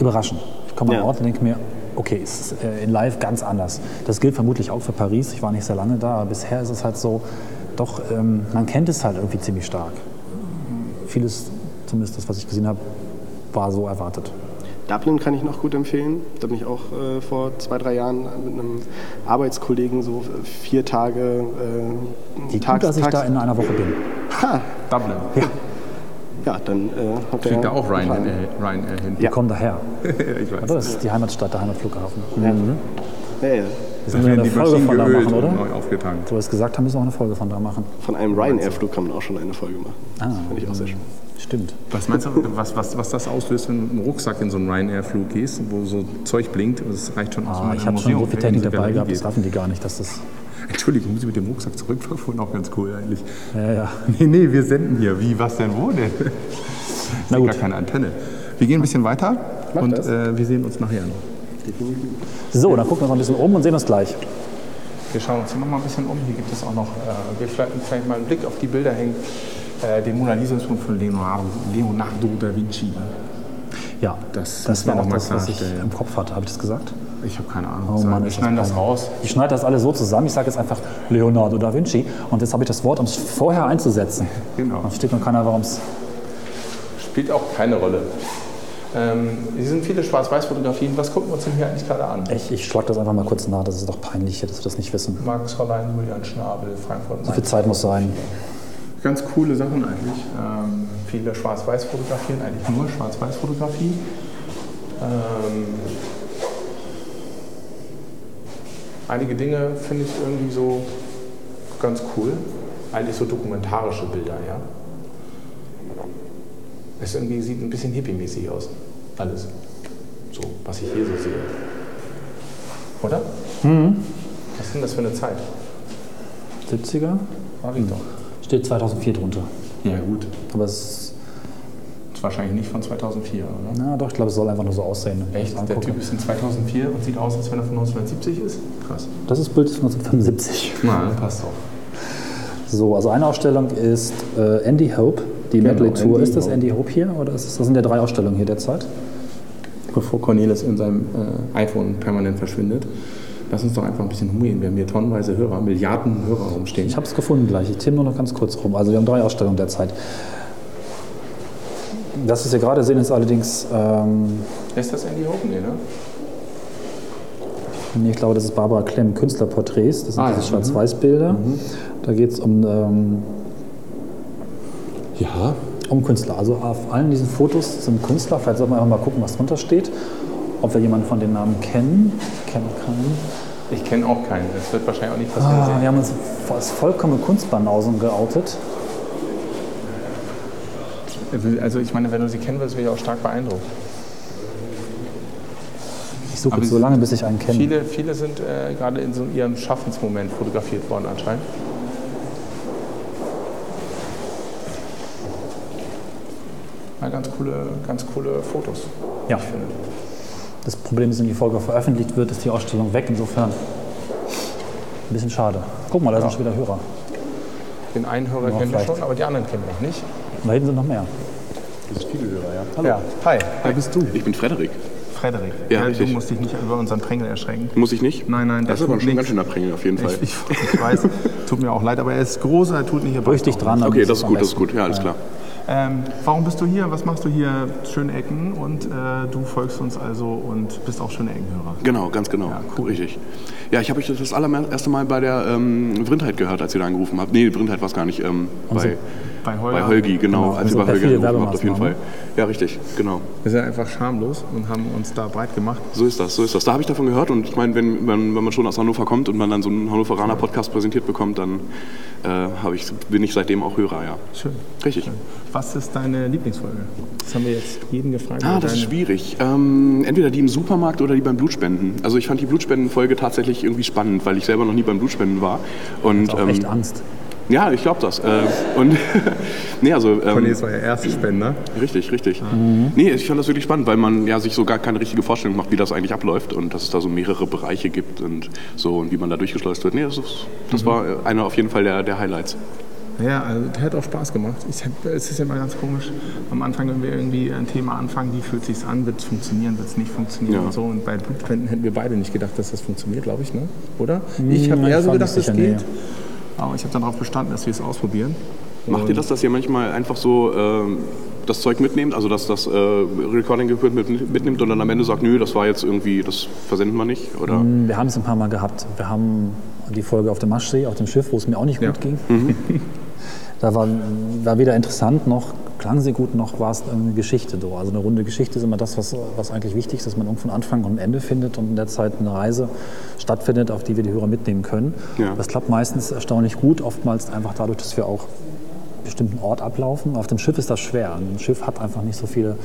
überraschen. Ich komme an Ja. Orte und denke mir, okay, es ist äh, in live ganz anders. Das gilt vermutlich auch für Paris. Ich war nicht sehr lange da, aber bisher ist es halt so, doch, ähm, man kennt es halt irgendwie ziemlich stark. Vieles, zumindest das, was ich gesehen habe, war so erwartet. Dublin kann ich noch gut empfehlen. Da bin ich auch äh, vor zwei, drei Jahren mit einem Arbeitskollegen so vier Tage äh, Wie gut, dass ich da in einer Woche bin. ha, Dublin. Ja, dann äh, hat Kriegt er da auch Ryanair, Ryanair hin. Wir (laughs) kommen daher. ich weiß. Das ist die Heimatstadt, der Heimatflughafen. Nee, Wir sind eine Folge von da machen, oder? neu aufgetankt. Du hast gesagt, da müssen wir auch eine Folge von da machen. von einem Ryanair-Flug kann man auch schon eine Folge machen. Ah, das finde ich auch sehr schön. Stimmt. Was meinst du, was, was, was das auslöst, wenn du mit einem Rucksack in so einen Ryanair-Flug gehst, wo so Zeug blinkt? Das reicht schon aus. wenn Ah, man ich in ein habe schon so Museum viel fährt, in so eine Technik dabei Galerie gehabt, geht. das raffen die gar nicht. Dass das Entschuldigung, muss ich mit dem Rucksack zurückverfolgen? Auch ganz cool eigentlich. ja, ja. Nee, nee, wir senden hier. Wie, was denn, wo (laughs) denn? Na Na gut. gut. Gar keine Antenne. Wir gehen ein bisschen weiter und äh, wir sehen uns nachher noch. So, dann gucken wir noch ein bisschen um und sehen uns gleich. Wir schauen uns hier noch mal ein bisschen um. Hier gibt es auch noch, äh, wir vielleicht, vielleicht mal einen Blick auf die Bilder hängen. Äh, den Mona Lisa ist von Leonardo, Leonardo da Vinci. Ja, Das müssen wir war auch noch mal das, was ich klarstellen. im Kopf hatte. Habe ich das gesagt? Ich habe keine Ahnung. Oh So, Mann, wir ist schneiden das peinlich. raus. Ich schneide das alles so zusammen. Ich sage jetzt einfach Leonardo da Vinci. Und jetzt habe ich das Wort, um es vorher einzusetzen. Genau. Dann steht noch keiner, warum es. Spielt auch keine Rolle. Ähm, hier sind viele Schwarz-Weiß-Fotografien. Was gucken wir uns denn hier eigentlich gerade an? Ich, ich schlage das einfach mal kurz nach. Das ist doch peinlich, dass wir das nicht wissen. Markus Hollein, Julian Schnabel, Frankfurt. So viel Zeit muss sein. Ganz coole Sachen eigentlich. Ähm, viele schwarz-weiß fotografieren, eigentlich nur schwarz-weiß Fotografie. Ähm, einige Dinge finde ich irgendwie so ganz cool. Eigentlich so dokumentarische Bilder, ja. Es irgendwie sieht ein bisschen hippie-mäßig aus. Alles. So, was ich hier so sehe. Oder? Hm? Was ist denn das für eine Zeit? 70er? Mag ich doch. Steht 2004 drunter. Ja, gut. Aber es ist, Ist wahrscheinlich nicht von 2004, oder? na doch, ich glaube, es soll einfach nur so aussehen. wenn ich Echt? das Der angucke. Typ ist in 2004 und sieht aus, als wenn er von 1970 ist? Krass. Das ist Bild von 1975. Na, passt doch. So, also eine Ausstellung ist äh, Andy Hope, die Genau, Medley Tour. Andy ist das Hope. Andy Hope hier oder ist das, das sind ja drei Ausstellungen hier derzeit? bevor Cornelis in seinem äh, iPhone permanent verschwindet. Lass uns doch einfach ein bisschen hungern. Wir haben hier tonnenweise Hörer, Milliarden Hörer rumstehen. Ich habe es gefunden gleich. Ich tippe nur noch ganz kurz rum. Also wir haben drei Ausstellungen derzeit. Das, was wir gerade sehen, ist allerdings, ähm, Lässt das Handy hoch? Nee, ne? nee, ich glaube, das ist Barbara Klemm, Künstlerporträts. Das sind Ah, ja. Mhm. diese Schwarz-Weiß-Bilder. Da geht es um, ähm, Ja. um Künstler. Also auf allen diesen Fotos sind Künstler. Vielleicht sollten wir einfach mal gucken, was drunter steht. Ob wir jemanden von den Namen kennen. Kennen keinen. Ich kenne auch keinen. Das wird wahrscheinlich auch nicht passieren. Ah, wir haben uns als vollkommen Kunstbanausen geoutet. Also ich meine, wenn du sie kennen würdest, wäre ich auch stark beeindruckt. Ich suche Aber jetzt so es- lange, bis ich einen kenne. Viele, viele sind äh, gerade in so ihrem Schaffensmoment fotografiert worden anscheinend. Ja, ganz coole, ganz coole Fotos, Ja. ich finde. Das Problem ist, wenn die Folge veröffentlicht wird, ist die Ausstellung weg. Insofern ein bisschen schade. Guck mal, da sind schon wieder Hörer. Den einen Hörer Ja, kennen wir vielleicht. schon, aber die anderen kennen wir noch nicht. Da hinten sind noch mehr. Hallo. Ja. Hi, Wer bist du? Ich bin Frederik. Frederik. Ja, du richtig. musst dich nicht über unseren Prängel erschrecken. Muss ich nicht? Nein, nein, Das, das ist aber tut schon ein ganz nichts. schöner Prängel auf jeden Fall. Ich, ich, (laughs) ich weiß, tut mir auch leid, aber er ist groß, er tut nicht Brüch dich dran. dann (laughs) okay, das ist am gut, das ist besten. gut. Ja, alles klar. Ähm, warum bist du hier? Was machst du hier? Schöne Ecken und äh, du folgst uns also und bist auch schöne Eckenhörer. Genau, ganz genau. Ja, cool. cool. Richtig. Ja, ich habe euch das das allererste Mal bei der ähm, Brindheit gehört, als ihr da angerufen habt. Nee, Brindheit war es gar nicht. Ähm, bei, Bei Holger. bei Holgi, genau. Genau, als ihr unsere bei Holgi perfide angerufen habt, auf jeden Fall. Werbemaßnahme. Ja, richtig, genau. Wir sind einfach schamlos und haben uns da breit gemacht. So ist das, so ist das. Da habe ich davon gehört und ich meine, wenn, wenn, wenn man schon aus Hannover kommt und man dann so einen Hannoveraner Podcast präsentiert bekommt, dann äh, habe ich, bin ich seitdem auch Hörer, ja. Schön. Richtig. Was ist deine Lieblingsfolge? Das haben wir jetzt jeden gefragt. Ah, über das ist deine- schwierig. Ähm, entweder die im Supermarkt oder die beim Blutspenden. Also ich fand die Blutspendenfolge tatsächlich irgendwie spannend, weil ich selber noch nie beim Blutspenden war. Und Auch ähm, echt Angst. ja, ich glaube das. Äh, und (laughs) nee, also ähm, Cornelis war ja erste Spender. richtig, richtig. Mhm. Nee, ich fand das wirklich spannend, weil man ja sich so gar keine richtige Vorstellung macht, wie das eigentlich abläuft und dass es da so mehrere Bereiche gibt und so und wie man da durchgeschleust wird. Nee, das, ist, das war äh, einer auf jeden Fall der, der Highlights. Ja, also der hat auch Spaß gemacht. Ich hab, es ist immer ganz komisch. Am Anfang, wenn wir irgendwie ein Thema anfangen, wie fühlt sich's an, wird es funktionieren, wird es nicht funktionieren Ja. und so. Und bei Blutspenden hätten wir beide nicht gedacht, dass das funktioniert, glaube ich, ne? Oder? Ich habe eher ich so war gedacht, nicht es sicher, geht. nee. Aber ich habe dann darauf bestanden, dass wir es ausprobieren. Macht ihr das, dass ihr manchmal einfach so ähm, das Zeug mitnehmt, also dass das äh, Recording-Equipment mit, mitnimmt und dann am Ende sagt, nö, das war jetzt irgendwie, das versenden wir nicht? Oder? Ähm, Wir haben es ein paar Mal gehabt. Wir haben die Folge auf dem Maschsee, auf dem Schiff, wo es mir auch nicht gut ging. (laughs) Da war, war weder interessant noch klang sie gut, noch war es eine Geschichte. So. Also eine runde Geschichte ist immer das, was, was eigentlich wichtig ist, dass man irgendwo einen Anfang und ein Ende findet und in der Zeit eine Reise stattfindet, auf die wir die Hörer mitnehmen können. Ja. Das klappt meistens erstaunlich gut, oftmals einfach dadurch, dass wir auch bestimmten Ort ablaufen. Auf dem Schiff ist das schwer. Ein Schiff hat einfach nicht so viele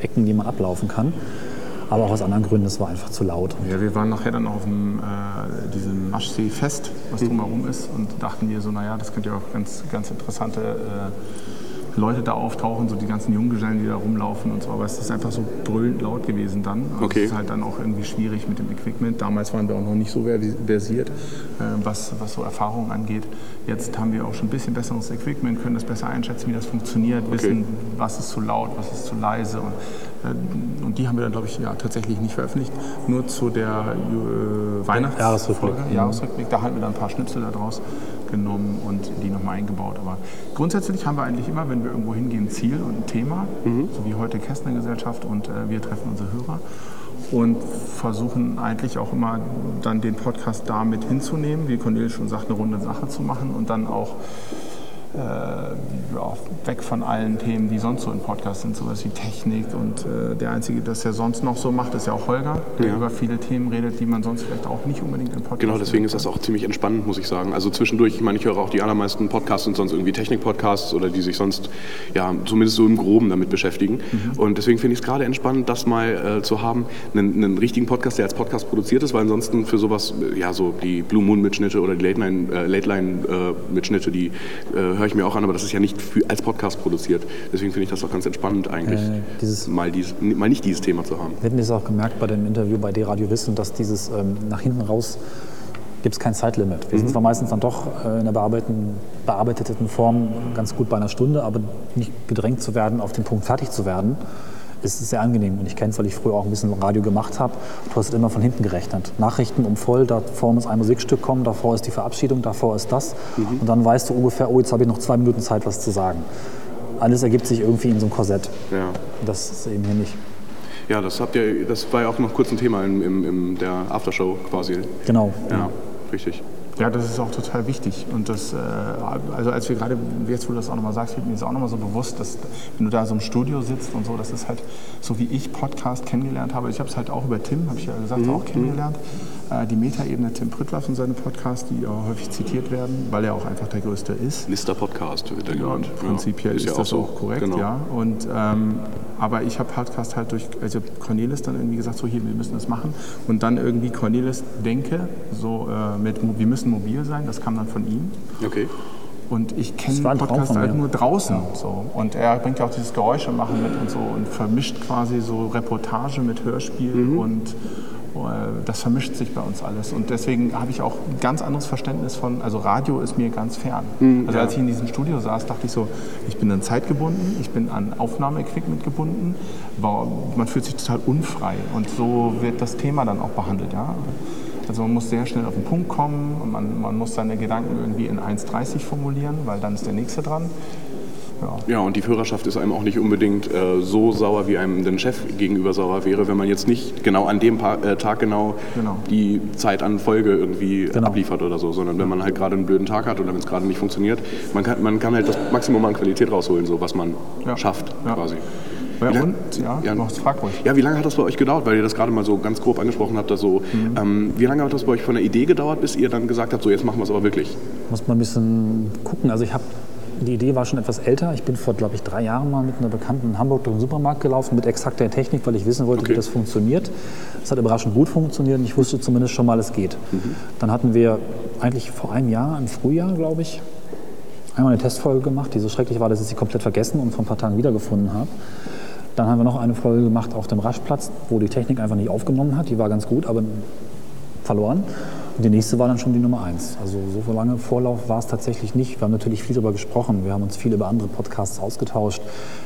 Ecken, die man ablaufen kann. Aber auch aus anderen Gründen, es war einfach zu laut. Ja, wir waren nachher dann auf dem, äh, diesem Maschsee-Fest, was drumherum ist, und dachten wir so, naja, das könnte ja auch ganz, ganz interessante äh, Leute da auftauchen, so die ganzen Junggesellen, die da rumlaufen und so. Aber es ist einfach so brüllend laut gewesen dann. Also Okay. Es ist halt dann auch irgendwie schwierig mit dem Equipment. Damals waren wir auch noch nicht so versi- versiert, äh, was, was so Erfahrungen angeht. Jetzt haben wir auch schon ein bisschen besseres Equipment, können das besser einschätzen, wie das funktioniert, wissen, was ist zu laut, was ist zu leise. Und, äh, und die haben wir dann, glaube ich, ja, tatsächlich nicht veröffentlicht. Nur zu der äh, Weihnachts Jahresrückblick. Folge, Jahresrückblick. Da haben wir dann ein paar Schnipsel daraus genommen und die nochmal eingebaut. Aber grundsätzlich haben wir eigentlich immer, wenn wir irgendwo hingehen, ein Ziel und ein Thema, so wie heute Kästner Gesellschaft und äh, wir treffen unsere Hörer und versuchen eigentlich auch immer dann den Podcast damit hinzunehmen, wie Cornelis schon sagt, eine runde Sache zu machen und dann auch äh, ja, weg von allen Themen, die sonst so im Podcast sind, sowas wie Technik und äh, der Einzige, der das ja sonst noch so macht, ist ja auch Holger, der über viele Themen redet, die man sonst vielleicht auch nicht unbedingt im Podcast Genau, deswegen ist das auch ziemlich entspannend, muss ich sagen. Also zwischendurch, ich meine, ich höre auch die allermeisten Podcasts und sonst irgendwie Technik-Podcasts oder die sich sonst, ja, zumindest so im Groben damit beschäftigen. Mhm. Und deswegen finde ich es gerade entspannend, das mal äh, zu haben, einen, einen richtigen Podcast, der als Podcast produziert ist, weil ansonsten für sowas, äh, ja, so die Blue Moon-Mitschnitte oder die Late-Line-Mitschnitte, äh, Late Line, äh, Mitschnitte, die äh, höre ich mir auch an, aber das ist ja nicht für, als Podcast produziert. Deswegen finde ich das auch ganz entspannend eigentlich, Äh, dieses- mal, dies, mal nicht dieses Thema zu haben. Wir hätten das auch gemerkt bei dem Interview bei D-Radio Wissen, dass dieses ähm, nach hinten raus gibt es kein Zeitlimit. Wir sind zwar meistens dann doch äh, in der bearbeiteten, bearbeiteten Form ganz gut bei einer Stunde, aber nicht gedrängt zu werden, auf den Punkt fertig zu werden, es ist sehr angenehm. Und ich kenne es, weil ich früher auch ein bisschen Radio gemacht habe. Du hast immer von hinten gerechnet. Nachrichten um voll, davor muss ein Musikstück kommen, davor ist die Verabschiedung, davor ist das. Und dann weißt du ungefähr, oh, jetzt habe ich noch zwei Minuten Zeit, was zu sagen. Alles ergibt sich irgendwie in so einem Korsett. Ja. Und Das ist eben hier nicht. Ja, das habt ihr, das war ja auch noch kurz ein Thema in, im, im, der Aftershow quasi. Genau. Ja, richtig. Ja, das ist auch total wichtig. Und das, äh, also als wir gerade, jetzt wo du das auch nochmal sagst, wird mir das auch nochmal so bewusst, dass wenn du da so im Studio sitzt und so, das ist halt so, wie ich Podcast kennengelernt habe. Ich habe es halt auch über Tim, habe ich ja Mhm. gesagt, auch kennengelernt. Äh, die Metaebene Tim Prittlaff und seine Podcasts, die ja häufig zitiert werden, weil er auch einfach der Größte ist. Mr. Podcast wird er Ja, genannt. prinzipiell ist, ja das auch korrekt, Genau. ja. Und, ähm, aber ich habe Podcast halt durch, also Cornelis dann irgendwie gesagt, so hier, wir müssen das machen. Und dann irgendwie Cornelis denke, so äh, mit, mo- wir müssen mobil sein, das kam dann von ihm. Okay. Und ich kenne war ein den Traum Podcast von halt mir. nur draußen. So. Und er bringt ja auch dieses Geräusche machen mit und so und vermischt quasi so Reportage mit Hörspiel und äh, das vermischt sich bei uns alles. Und deswegen habe ich auch ein ganz anderes Verständnis von, also Radio ist mir ganz fern. also als ich in diesem Studio saß, dachte ich so, ich bin an Zeit gebunden, ich bin an Aufnahmeequipment gebunden, war, man fühlt sich total unfrei. Und so wird das Thema dann auch behandelt. Ja? Also man muss sehr schnell auf den Punkt kommen und man, man muss seine Gedanken irgendwie in 1,30 formulieren, weil dann ist der Nächste dran. Ja, und die Führerschaft ist einem auch nicht unbedingt äh, so sauer, wie einem den Chef gegenüber sauer wäre, wenn man jetzt nicht genau an dem pa äh, Tag genau, Genau. die Zeit an Folge irgendwie Genau. abliefert oder so, sondern wenn man halt gerade einen blöden Tag hat oder wenn es gerade nicht funktioniert, man kann, man kann halt das Maximum an Qualität rausholen, so was man Ja. schafft Ja. quasi. Ja, Ja. und, ja, Ja. mach's, frag ruhig. Ja, wie lange hat das bei euch gedauert, weil ihr das gerade mal so ganz grob angesprochen habt, dass so, Mhm. ähm, wie lange hat das bei euch von der Idee gedauert, bis ihr dann gesagt habt, so jetzt machen wir es aber wirklich? Muss man ein bisschen gucken. Also ich habe die Idee war schon etwas älter. Ich bin vor, glaube ich, drei Jahren mal mit einer Bekannten in Hamburg durch den Supermarkt gelaufen mit exakt der Technik, weil ich wissen wollte, Okay. wie das funktioniert. Es hat überraschend gut funktioniert und ich wusste zumindest schon mal, es geht. Dann hatten wir eigentlich vor einem Jahr, im Frühjahr, glaube ich, einmal eine Testfolge gemacht, die so schrecklich war, dass ich sie komplett vergessen und vor ein paar Tagen wiedergefunden habe. Dann haben wir noch eine Folge gemacht auf dem Raschplatz, wo die Technik einfach nicht aufgenommen hat. Die war ganz gut, aber verloren. Und die nächste war dann schon die Nummer eins. Also so lange Vorlauf war es tatsächlich nicht. Wir haben natürlich viel darüber gesprochen. Wir haben uns viel über andere Podcasts ausgetauscht.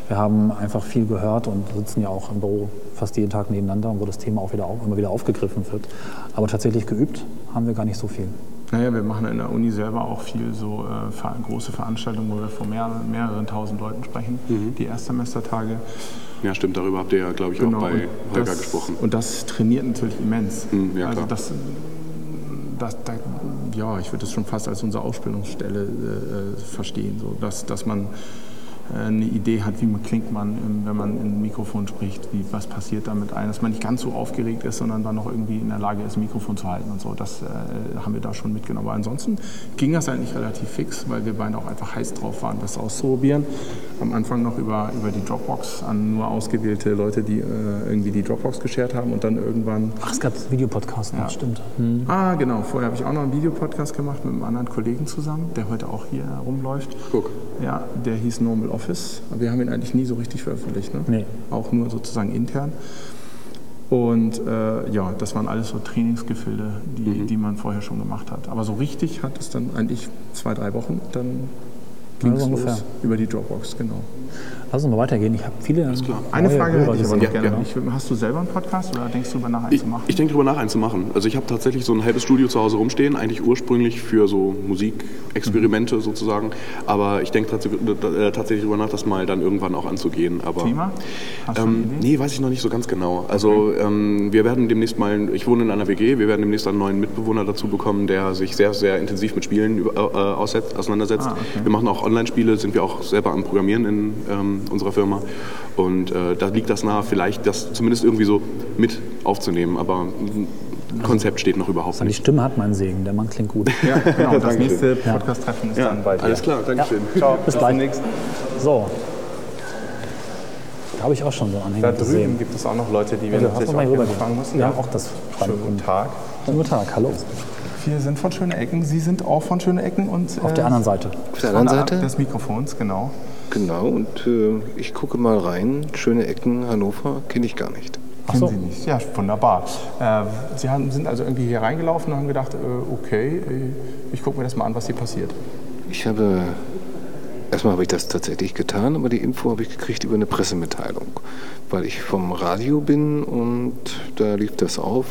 Wir haben einfach viel gehört und sitzen ja auch im Büro fast jeden Tag nebeneinander, wo das Thema auch wieder auf, immer wieder aufgegriffen wird. Aber tatsächlich geübt haben wir gar nicht so viel. Naja, wir machen in der Uni selber auch viel so äh, ver große Veranstaltungen, wo wir vor mehr, mehreren tausend Leuten sprechen, die Erstsemestertage. Ja, stimmt, darüber habt ihr ja, glaube Mhm. ich, auch bei Genau, und Holger das, gesprochen. Und das trainiert natürlich immens. Hm, ja, also klar. das, das, da, ja, ich würde das schon fast als unsere Ausbildungsstelle äh, äh, verstehen, so, dass, dass man äh, eine Idee hat, wie man klingt man, ähm, wenn man in ein Mikrofon spricht, wie, was passiert damit ein, dass man nicht ganz so aufgeregt ist, sondern dann noch irgendwie in der Lage ist, ein Mikrofon zu halten und so. Das äh, haben wir da schon mitgenommen. Aber ansonsten ging das eigentlich relativ fix, weil wir beide auch einfach heiß drauf waren, das auszuprobieren. Am Anfang noch über, über die Dropbox an nur ausgewählte Leute, die äh, irgendwie die Dropbox geshared haben und dann irgendwann Ach, es gab Videopodcasts, ja. stimmt. Hm. Ah, genau. Vorher habe ich auch noch einen Videopodcast gemacht mit einem anderen Kollegen zusammen, der heute auch hier rumläuft. Guck. Ja, der hieß Normal Office. Aber Wir haben ihn eigentlich nie so richtig veröffentlicht, ne? Nee. Auch nur sozusagen intern. Und äh, ja, das waren alles so Trainingsgefilde, die, Mhm. die man vorher schon gemacht hat. Aber so richtig hat es dann eigentlich zwei, drei Wochen, dann ging es so ungefähr. los über die Dropbox, genau. Lass uns mal weitergehen. Ich habe viele. Eine neue Frage Hörer hätte ich aber noch gewonnen. gerne. Ja, noch. Ich, will- hast du selber einen Podcast oder denkst du über nachher einen Ich, zu machen? ich denke darüber nach, einen zu machen. Also ich habe tatsächlich so ein halbes Studio zu Hause rumstehen, eigentlich ursprünglich für so Musikexperimente Mhm. sozusagen. Aber ich denke tats- äh, tatsächlich darüber nach, das mal dann irgendwann auch anzugehen. Aber Thema? Hast du Mhm. eine Ähm, Idee? nee, weiß ich noch nicht so ganz genau. Also ähm, wir werden demnächst mal, ich wohne in einer WG, wir werden demnächst einen neuen Mitbewohner dazu bekommen, der sich sehr, sehr intensiv mit Spielen über, äh, aussetzt, auseinandersetzt. Ah, okay. Wir machen auch Online-Spiele, sind wir auch selber am Programmieren in ähm, unserer Firma. Und äh, da liegt das nahe, vielleicht das zumindest irgendwie so mit aufzunehmen. Aber ein Konzept steht noch überhaupt Die nicht. Stimme hat meinen Segen, der Mann (laughs) klingt gut. Ja, (laughs) genau. Das Dankeschön. nächste Podcast-Treffen ist dann bald. Alles klar, danke schön. Ciao, Bis gleich. So. Da habe ich auch schon so einen Da Anhänger drüben gesehen. gibt es auch noch Leute, die wir Also, hast natürlich du auch mal gerne rüber. fragen müssen. Wir haben auch das Schönen guten Tag. Guten Tag, hallo. Wir sind von Schöne Ecken. Sie sind auch von Schöne Ecken und Äh, äh, Auf der anderen Seite. Auf der anderen Seite? des Mikrofons, genau. Genau, und äh, ich gucke mal rein. Schöne Ecken, Hannover, kenne ich gar nicht. Kennen Sie nicht? Ja, wunderbar. Äh, Sie haben, sind also irgendwie hier reingelaufen und haben gedacht, äh, okay, äh, ich gucke mir das mal an, was hier passiert. Ich habe Erstmal habe ich das tatsächlich getan, aber die Info habe ich gekriegt über eine Pressemitteilung, weil ich vom Radio bin und da lief das auf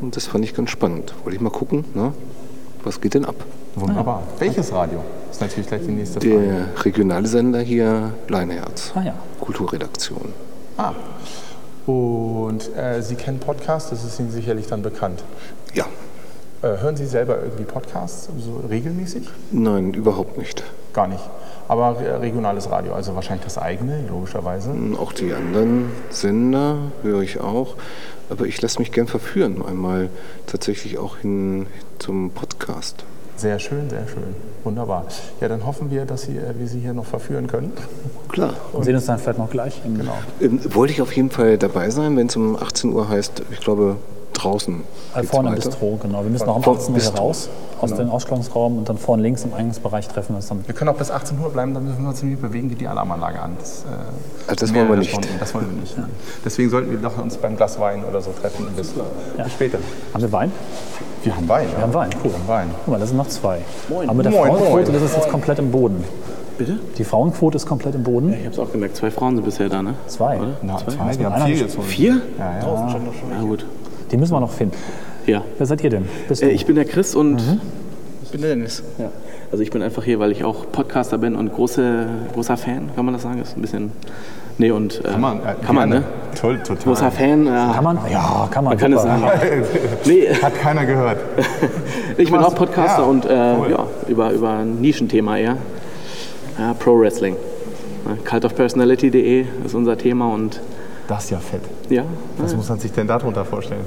und das fand ich ganz spannend. Wollte ich mal gucken, ne? was geht denn ab? Wunderbar. Welches Radio? Ist natürlich gleich die nächste Frage. Der regionale Sender hier, Leineherz, Ah ja. Kulturredaktion. Ah. Und äh, Sie kennen Podcasts, das ist Ihnen sicherlich dann bekannt. Ja, Äh, hören Sie selber irgendwie Podcasts so regelmäßig? nein, überhaupt nicht. Gar nicht. Aber äh, regionales Radio, also wahrscheinlich das eigene, logischerweise. Auch die anderen Sender höre ich auch, aber ich lasse mich gern verführen, einmal tatsächlich auch hin zum Podcast. Sehr schön, sehr schön. Wunderbar. Ja, dann hoffen wir, dass Sie, äh, wir Sie hier noch verführen können. Klar. Und sehen uns dann vielleicht noch gleich. Genau. Ähm, wollte ich auf jeden Fall dabei sein, wenn es um 18 Uhr heißt, ich glaube, draußen. Äh, geht's vorne im weiter. Bistro, genau. Wir müssen noch um Vorne 18 Uhr hier Bistro. raus aus Genau. dem Ausstellungsraum und dann vorne links im Eingangsbereich treffen wir uns dann. Wir können auch bis 18 Uhr bleiben, dann müssen wir uns nämlich bewegen, geht die Alarmanlage an. Das, äh, Ah, das wollen wir mehrere nicht. Stunden, Das wollen wir nicht. nein. Deswegen sollten wir doch uns beim Glas Wein oder so treffen. und Bis, bis später. Haben wir Wein? Wir haben Wein. Wir haben Wein, cool. Wein. Guck mal, das sind noch zwei. Moin. Aber mit der Moin, Frauenquote, moin. das ist jetzt komplett im Boden. Bitte? Die Frauenquote ist komplett im Boden. Ich hab's auch gemerkt, zwei Frauen sind bisher da, ne? Zwei. Na, zwei. mit Wir haben einer vier gespielt. gezogen. Vier? Ja, ja. Na gut. Die müssen wir noch finden. Ja. Wer seid ihr denn? Bist Äh, du? ich bin der Chris und Ich bin Dennis. ja. also ich bin einfach hier, weil ich auch Podcaster bin und große, großer Fan, kann man das sagen? Ist ein bisschen. Nee, und. äh, Kann man, äh, kann man gerne. ne? Toll, total. Großer Fan. Äh, kann man? Ja, kann man. man kann es super. sagen. Nee, Hat keiner gehört. ich bin machst- auch Podcaster ja, und äh, cool. ja, über, über ein Nischenthema eher. Ja, Pro Wrestling. Ne, Cultofpersonality.de ist unser Thema und Das ist ja fett. ja. Was muss man sich denn darunter vorstellen?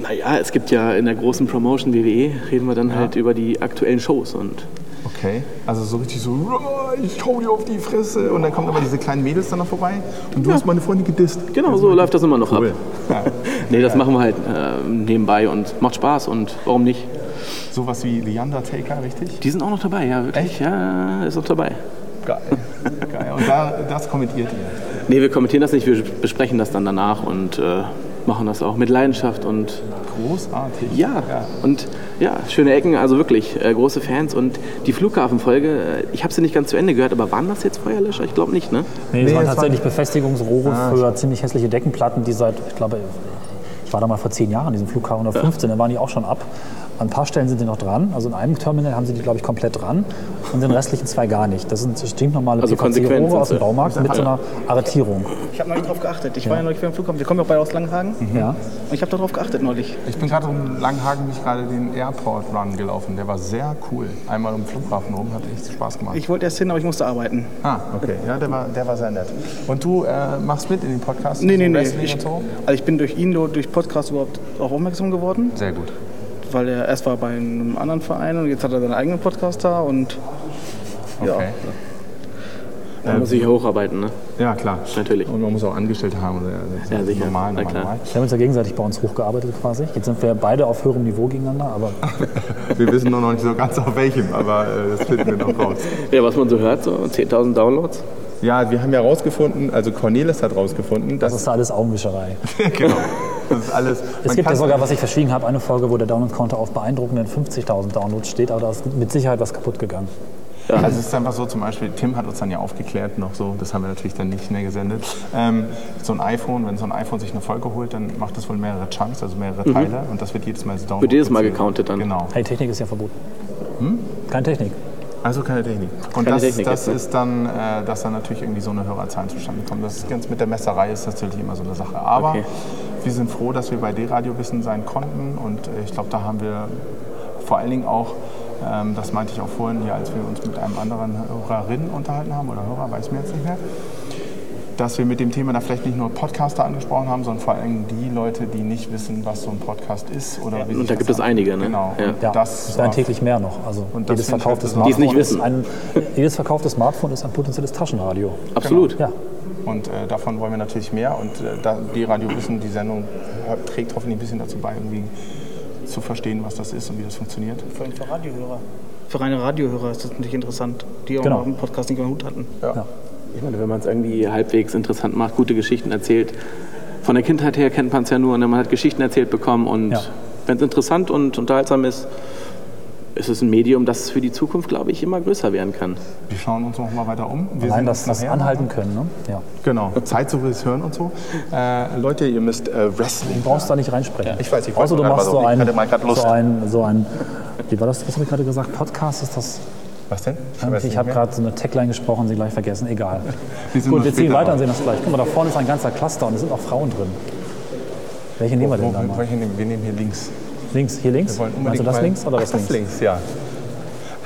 Naja, es gibt ja in der großen Promotion WWE, reden wir dann halt über die aktuellen Shows und Okay. Also so richtig so, "Ruah, ich hau dir auf die Fresse. Und dann kommen aber diese kleinen Mädels dann noch vorbei. Und du hast meine Freundin gedisst. Genau, so läuft das immer noch Cool. Ja. ab. nee, das machen wir halt äh, nebenbei und macht Spaß und warum nicht? Sowas wie The Undertaker, richtig? Die sind auch noch dabei, ja, wirklich. Ja, ist noch dabei. Geil. Geil. Und da, das kommentiert ihr. Nee, wir kommentieren das nicht, wir besprechen das dann danach und äh, machen das auch mit Leidenschaft und Großartig. ja, ja. und ja, schöne Ecken, also wirklich äh, große Fans und die Flughafenfolge, äh, ich habe sie nicht ganz zu Ende gehört, aber waren das jetzt Feuerlöscher? Ich glaube nicht, ne? Nee, es Nee, waren es waren- tatsächlich Befestigungsrohre Ah, für ziemlich hässliche Deckenplatten, die seit, ich glaube, ich war da mal vor zehn Jahren in diesem Flughafen oder 15, da waren die auch schon ab. An ein paar Stellen sind die noch dran. Also in einem Terminal haben sie die, glaube ich, komplett dran und in den restlichen zwei gar nicht. Das sind stinknormale Also konsequent PVC-Rohre sind aus dem sie. Baumarkt mit so einer Arretierung. Ich habe neulich drauf geachtet. Ich war ja neulich beim Flughafen. Wir kommen ja auch beide aus Langenhagen. Ja. Und ich habe darauf geachtet neulich. Ich bin gerade um Langenhagen mich gerade den Airport Run gelaufen. Der war sehr cool. Einmal um den Flughafen rum, hat echt Spaß gemacht. Ich wollte erst hin, aber ich musste arbeiten. ah, okay. Ja, der war, der war sehr nett. Und du äh, machst mit in den Podcast? Nee, So nee, nee. Wrestling Ich, und so? also ich bin durch ihn, durch Podcast überhaupt auch aufmerksam geworden, Sehr gut. weil er erst war bei einem anderen Verein und jetzt hat er seinen eigenen Podcast da und ja. Okay. Da muss ich hocharbeiten, ne? Ja, klar. Natürlich. Und man muss auch Angestellte haben. Das ist Ja, sicher. Normal, Na normal, klar. normal. Wir haben uns ja gegenseitig bei uns hochgearbeitet quasi. Jetzt sind wir beide auf höherem Niveau gegeneinander, aber Wir wissen nur noch nicht so ganz auf welchem, aber äh, das finden wir noch raus. Ja, was man so hört, so 10.000 Downloads. Ja, wir haben ja rausgefunden, also Cornelis hat rausgefunden, dass (laughs) das ist alles Augenwischerei. genau, das ist alles. Es man gibt ja kann's- sogar, was ich verschwiegen habe, eine Folge, wo der Download-Counter auf beeindruckenden 50.000 Downloads steht, aber da ist mit Sicherheit was kaputt gegangen. Also es ist einfach so, zum Beispiel, Tim hat uns dann ja aufgeklärt noch so, das haben wir natürlich dann nicht mehr gesendet. Ähm, so ein iPhone, wenn so ein iPhone sich eine Folge holt, dann macht das wohl mehrere Chunks, also mehrere Teile und das wird jedes Mal als Download. Mhm. Wird jedes Mal gezählt. gecountet dann. Genau. Hey, Technik ist ja verboten. Hm? Keine Technik. Also keine Technik. Und Keine das, Technik das jetzt, ne? ist dann, äh, dass dann natürlich irgendwie so eine Hörerzahlen zustande kommen. Das ist ganz mit der Messerei ist natürlich immer so eine Sache. Aber Okay. wir sind froh, dass wir bei D-Radio Wissen sein konnten und äh, ich glaube, da haben wir vor allen Dingen auch, ähm, das meinte ich auch vorhin hier, als wir uns mit einem anderen Hörerin unterhalten haben oder Hörer, weiß mir jetzt nicht mehr, dass wir mit dem Thema da vielleicht nicht nur Podcaster angesprochen haben, sondern vor allem die Leute, die nicht wissen, was so ein Podcast ist oder wie sich da das gibt es an- einige, ne? Genau. Ja. Und Ja, Das es war werden täglich mehr noch. Also Und das jedes finde ich verkaufte halt das Die's Smartphone, nicht ist ein, jedes verkaufte Smartphone ist ein potenzielles Taschenradio. Genau. Absolut. Ja, Und äh, davon wollen wir natürlich mehr. Und äh, da, die Radio Wissen, die Sendung hört- trägt hoffentlich ein bisschen dazu bei, irgendwie zu verstehen, was das ist und wie das funktioniert. Vor allem für Radiohörer. Für reine Radiohörer ist das natürlich interessant, die auch Genau. noch im Podcast nicht mehr Hut hatten. Ich meine, wenn man es irgendwie halbwegs interessant macht, gute Geschichten erzählt. Von der Kindheit her kennt man es ja nur, ne? man hat Geschichten erzählt bekommen und Ja. wenn es interessant und unterhaltsam ist, es ist ein Medium, das für die Zukunft, glaube ich, immer größer werden kann. Wir schauen uns noch mal weiter um. Wir Allein sehen das, uns das nachher. Anhalten können. Ne? Ja. Genau, Zeit, so wie es hören und so. Äh, Leute, ihr müsst äh, Wrestling. Du brauchst da nicht reinsprechen. Ich weiß, ich wollte Außer du gerade machst was so auf- ich einen, hatte mal grad Lust. so einen, so einen, wie war das, was habe ich gerade gesagt? Podcast ist das? Was denn? weiß Ich nicht habe mehr. gerade so eine Tagline gesprochen, sie gleich vergessen, egal. (laughs) Wir sind Gut, nur wir ziehen später weiter und dran. sehen das gleich. Guck mal, da vorne ist ein ganzer Cluster und es sind auch Frauen drin. Welche nehmen wir denn da Wo- mal? welche nehmen wir? wir nehmen hier links. Links, hier links? Wir wollen unbedingt Meinst du Also das mal- links oder Ach, das links? ja.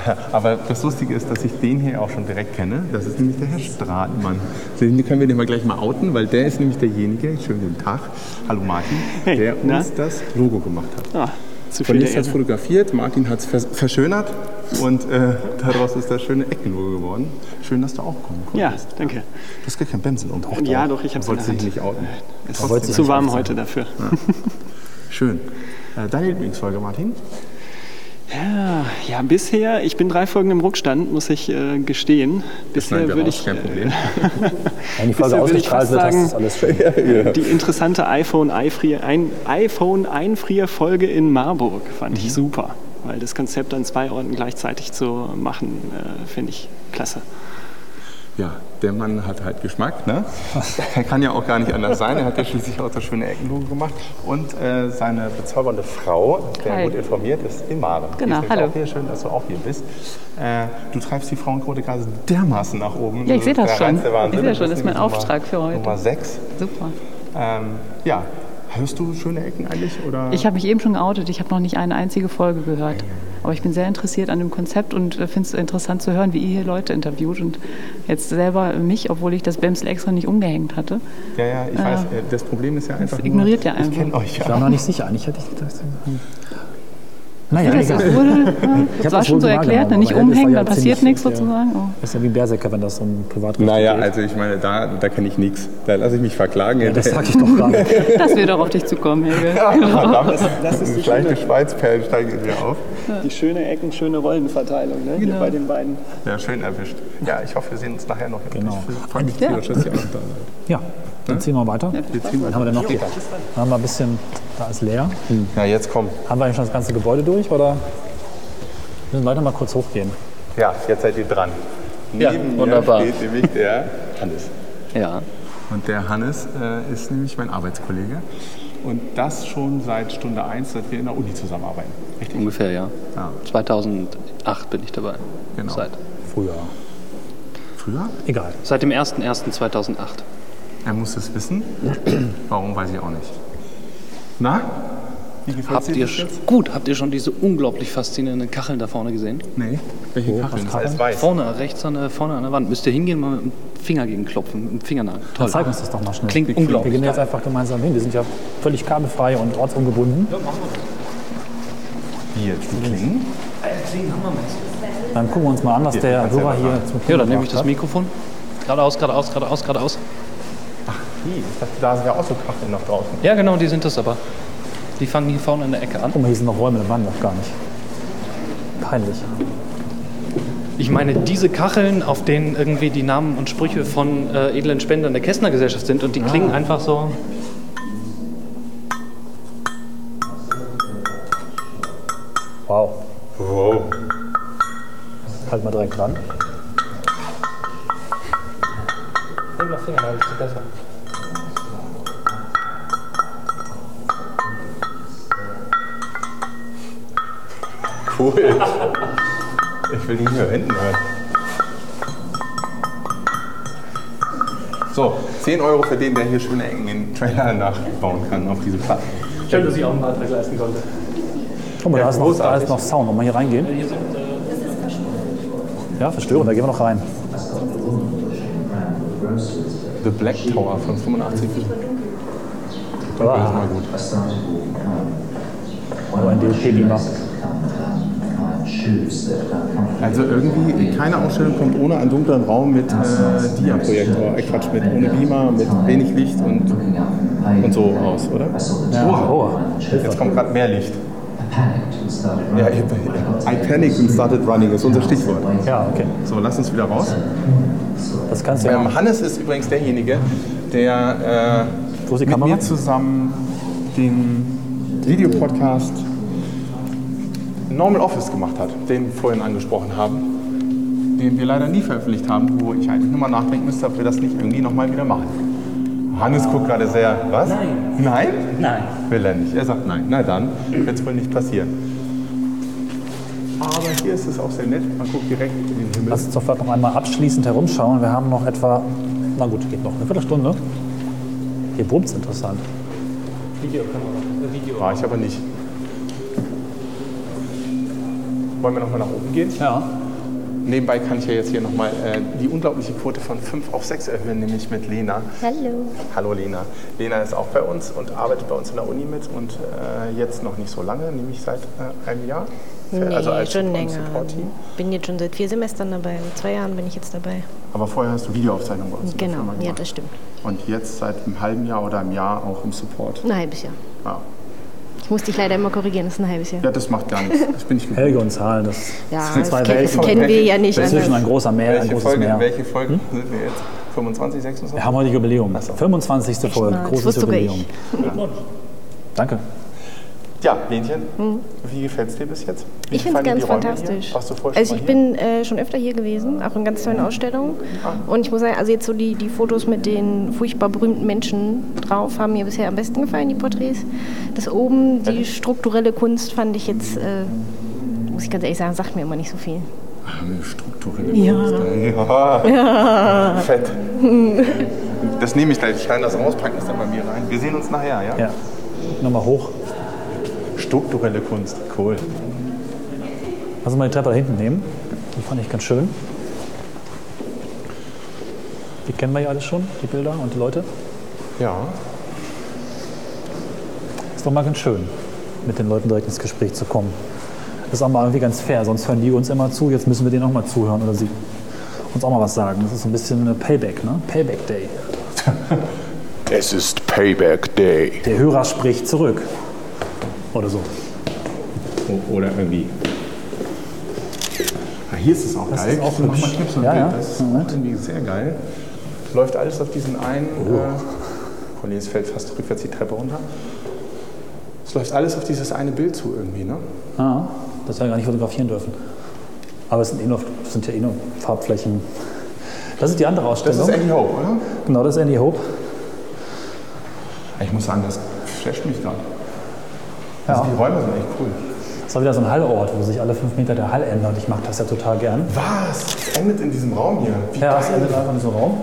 (laughs) Aber das Lustige ist, dass ich den hier auch schon direkt kenne. Das ist nämlich der Herr Stratmann. Den können wir den mal gleich mal outen, weil der ist nämlich derjenige, schönen guten Tag, hallo Martin, Hey, der na? uns das Logo gemacht Ah, hat. zu Von viel mir der hat es Ehre. fotografiert, Martin hat es vers verschönert und äh, daraus ist das schöne Eckenlogo geworden. Schön, dass du auch kommen Ja, konntest. danke. Du hast gar keinen Bämsel und auch Ja, doch, ich hab's Wolltest in dich der nicht outen. Es Trotzdem. ist zu warm heute dafür. Schön. Äh, deine Lieblingsfolge, Martin? Ja, ja, bisher, ich bin drei Folgen im Rückstand, muss ich äh, gestehen. Bisher schneiden wir würde raus, ich, kein Problem. Wenn die Folge Bisher würde ich ausgestrahlt fast wird, hast du sagen, das alles schön. äh, die interessante iPhone-Einfrier- ein- iPhone-Einfrier-Folge in Marburg fand ich super. Weil das Konzept an zwei Orten gleichzeitig zu machen, äh, finde ich klasse. Ja, der Mann hat halt Geschmack, ne? Er kann ja auch gar nicht anders sein. Er hat ja schließlich auch das schöne Eckenlogo gemacht. Und äh, seine bezaubernde Frau, der Hi. gut informiert ist, Imare. Die Genau, ist nämlich hallo. Auch hier. Schön, dass du auch hier bist. Äh, du treibst die Frauenquote gerade dermaßen nach oben. Ja, ich sehe das der schon. reinste Wahnsinn. Ich sehe das schon. Du Das bist ist mein nämlich Auftrag für heute. Nummer 6. Super. Ähm, ja, hörst du schöne Ecken eigentlich? Oder? Ich habe mich eben schon geoutet. Ich habe noch nicht eine einzige Folge gehört. Aber ich bin sehr interessiert an dem Konzept und äh, finde es interessant zu hören, wie ihr hier Leute interviewt und jetzt selber mich, obwohl ich das Bämsel extra nicht umgehängt hatte. Ja, ja, ich Ah. weiß. äh, Das Problem ist ja einfach. ignoriert nur, ja einfach. Ich kenne euch Ich war mir noch ja. nicht sicher, eigentlich hätte ich gedacht. hm. Naja, das egal. ist- wurde, äh, (laughs) Ich hab das war das schon wohl so erklärt, ne? wahrgenommen, nicht aber das war umhängen, ja dann passiert ziemlich- nichts ja. sozusagen. Oh. Das ist ja wie ein Berserker, wenn das so ein Privatrecht Naja, geht. also ich meine, da, da kenne ich nichts. Da lasse ich mich verklagen. (laughs) Ja, das sag ich (laughs) doch gerade. Dass wir doch auf dich zukommen, Helge. Verdammt, das, das ist die leichte Schweizperlen steigen in mir auf. Die schöne Ecken, schöne Rollenverteilung ne? hier bei den beiden. Ja, schön erwischt. Ja, ich hoffe, wir sehen uns nachher noch. Genau. Ich freue mich Ja. tierisch, dass ihr auch da seid. Ja, dann ziehen wir weiter. Wir ziehen Dann haben wir denn noch? Jo. Dann haben wir ein bisschen, da ist leer. Ja, jetzt komm. Haben wir eigentlich schon das ganze Gebäude durch oder wir müssen weiter mal kurz hochgehen? Ja, jetzt seid ihr dran. Ja, Neben wunderbar. mir steht nämlich der Hannes. Ja. Und der Hannes äh, ist nämlich mein Arbeitskollege. Und das schon seit Stunde 1, seit wir in der Uni zusammenarbeiten. Richtig? Ungefähr, ja. Ja. 2008 bin ich dabei. Genau. Seit, Früher. Früher? Egal. seit dem 01.01.2008. Er muss es wissen. (clears throat) Warum, weiß ich auch nicht. Na? Wie gefällt Habt dir ihr das sch- jetzt? gut, habt ihr schon diese unglaublich faszinierenden Kacheln da vorne gesehen? Nee. Welche Kacheln? Oh, Das ist weiß. Vorne, rechts an der, vorne an der Wand. Müsst ihr hingehen, mal mit dem Finger gegen klopfen, mit dem Fingernagel. Dann Toll. zeig uns das doch mal schnell. Klingt wir unglaublich Wir gehen jetzt einfach gemeinsam hin. Wir sind ja völlig kabelfrei und ortsungebunden. Wie jetzt? Die Klingen? Dann gucken wir uns mal an, was Hier, der kannst du Hörer ja mal hier machen. zum ne? Klingen Ja, dann nehme ich das gebracht Mikrofon. Geradeaus, geradeaus, geradeaus, geradeaus. Wie? Hm, Ich dachte, da sind ja auch so Kacheln noch draußen. Ja, genau, die sind das aber. Die fangen hier vorne an der Ecke an. hat. Guck mal, hier sind noch Räume, da waren wir noch gar nicht. Peinlich. Ich meine, diese Kacheln, auf denen irgendwie die Namen und Sprüche von äh, edlen Spendern der Kästner Gesellschaft sind und die klingen einfach so. Wow. Halt mal direkt ran. Cool. Ich will die nur hinten hören. So, 10 Euro für den, der hier schöne Ecken den Trailer nachbauen kann auf diese Platte. Schön, dass ich auch einen Beitrag leisten konnte. Guck mal, da, Ja, ist noch, da großartig. ist noch Sound. Wollen wir hier äh, reingehen? Ja, Verstörung, da gehen wir noch rein. The Black Tower von 85 bis. Das ist Ah, mal gut. oh, ein DLP-Beamer. Also irgendwie, keine Ausstellung kommt ohne einen dunklen Raum mit äh, Dia-Projektor. Äh, Quatsch, mit ohne Beamer, mit wenig Licht und, und so aus, oder? Ja, oh, Jetzt kommt gerade mehr Licht. Ja, ich- I panicked and started running ist unser Stichwort. ja, okay. So, lass uns wieder raus. Das kannst du ja. Ähm, Hannes ist übrigens derjenige, der äh, Wo ist die mit Kamera? mir zusammen den Videopodcast Normal Office gemacht hat, den wir vorhin angesprochen haben, den wir leider nie veröffentlicht haben, wo ich eigentlich nochmal nachdenken müsste, ob wir das nicht irgendwie nochmal wieder machen. Hannes guckt gerade sehr, was? Nein. Nein? Nein. Will er nicht. Er sagt nein. Na dann, wird wohl nicht passieren. Aber hier ist es auch sehr nett. Man guckt direkt in den Himmel. Lass uns doch vielleicht noch einmal abschließend herumschauen. Wir haben noch etwa, na gut, geht noch eine Viertelstunde. Hier brummt es interessant. Videokamera. Video. War ich aber nicht. Wollen wir nochmal nach oben gehen? Ja. Nebenbei kann ich ja jetzt hier nochmal äh, die unglaubliche Quote von 5 auf 6 erhöhen, nämlich mit Lena. Hallo. Hallo Lena. Lena ist auch bei uns und arbeitet bei uns in der Uni mit und äh, jetzt noch nicht so lange, nämlich seit äh, einem Jahr. Nee, also als schon Support- länger. Support-Team. Bin jetzt schon seit vier Semestern dabei. Seit zwei Jahren bin ich jetzt dabei. Aber vorher hast du Videoaufzeichnungen bei uns in der Genau, Firma ja, gemacht. das stimmt. Und jetzt seit einem halben Jahr oder einem Jahr auch im Support. Ein halbes Jahr. Ja, Ich muss dich leider immer korrigieren, das ist ein halbes Jahr. ja das macht (laughs) gar nichts. Ich bin nicht gut. Helge und Zahlen, das Ja, sind das zwei kenn- Welten. das kennen wir ja nicht Also, Dazwischen anders. ein großer Meer, ein Welche großes Folge, Meer. Hm? welche Folge sind wir jetzt? 25, 26? Wir haben heute Jubiläum. 25. Folge, mal? Das großes wusste sogar ich. Jubiläum. Danke. Ja, Lenchen, wie gefällt es dir bis jetzt? Hm. Wie Ich finde es gefallen dir ganz die Räume hier? fantastisch. Warst du vorher Also schon ich mal hier? Mhm. Ah. bin äh, schon öfter hier gewesen, auch in ganz tollen Ausstellungen. Und ich muss sagen, also jetzt so die, die Fotos mit den furchtbar berühmten Menschen drauf haben mir bisher am besten gefallen, die Porträts. Das oben, die strukturelle Kunst fand ich jetzt, äh, muss ich ganz ehrlich sagen, sagt mir immer nicht so viel. Strukturelle Ja. Kunst. Ja. Ja. Fett. Das nehme ich gleich. Ich kann das rauspacken, das dann bei mir rein. Wir sehen uns nachher, ja? Ja. Nochmal hoch. Strukturelle Kunst, cool. Lass uns mal die Treppe da hinten nehmen. Die fand ich ganz schön. Die kennen wir ja alle schon, die Bilder und die Leute. Ja. Ist doch mal ganz schön, mit den Leuten direkt ins Gespräch zu kommen. Ist auch mal irgendwie ganz fair, sonst hören die uns immer zu, jetzt müssen wir denen auch mal zuhören oder sie uns auch mal was sagen. Das ist so ein bisschen eine Payback, ne? Payback Day. Es ist Payback Day. Der Hörer spricht zurück. Oder so. Oder irgendwie. Ah, hier ist es auch Das geil. ist auch Mach mal hübsch. Knips und Ja, Bild. ja. Das ist auch irgendwie sehr geil. Läuft alles auf diesen einen. Oh. Äh, Conny, es fällt fast rückwärts die Treppe runter. Es läuft alles auf dieses eine Bild zu irgendwie, ne? Ah, das hätten wir gar nicht fotografieren dürfen. Aber es sind, eh nur, es sind ja eh nur Farbflächen. Das ist die andere Ausstellung. Das ist Andy Hope, oder? Genau, das ist Andy Hope. Ich muss sagen, das flasht mich gerade. Also die Räume sind echt cool. Das war wieder so ein Hallort, wo sich alle fünf Meter der Hall ändert. Ich mag das ja total gern. Was? Es endet in diesem Raum hier. Wie ja, es endet einfach in so einem Raum.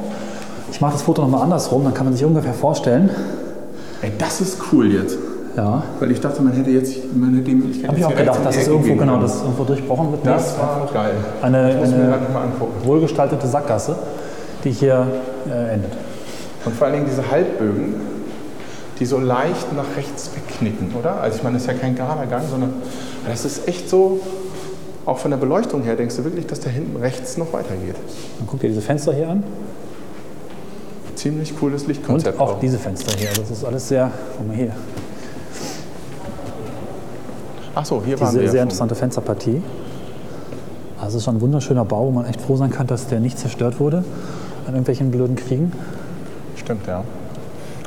Ich mache das Foto nochmal andersrum, dann kann man sich ungefähr vorstellen. Ey, das ist cool jetzt. Ja. Weil ich dachte, man hätte jetzt, man hätte die Möglichkeit. Habe ich jetzt auch direkt gedacht, um die dass es Ecke irgendwo, gehen genau, kann. das irgendwo durchbrochen wird. Das war geil. Eine, Das muss ich mir eine gerade noch mal angucken. wohlgestaltete Sackgasse, die hier äh, endet. Und vor allen Dingen diese Halbbögen, die so leicht nach rechts wegknicken, oder? Also ich meine, das ist ja kein gerader Gang, sondern das ist echt so, auch von der Beleuchtung her, denkst du wirklich, dass da hinten rechts noch weitergeht. Dann guck dir diese Fenster hier an Ziemlich cooles und Lichtkonzept. auch diese Fenster hier. Also Das ist alles sehr, guck mal hier, Achso, hier waren wir. diese ja sehr schon. interessante Fensterpartie. Also es ist schon ein wunderschöner Bau, wo man echt froh sein kann, dass der nicht zerstört wurde an irgendwelchen blöden Kriegen. Stimmt, ja.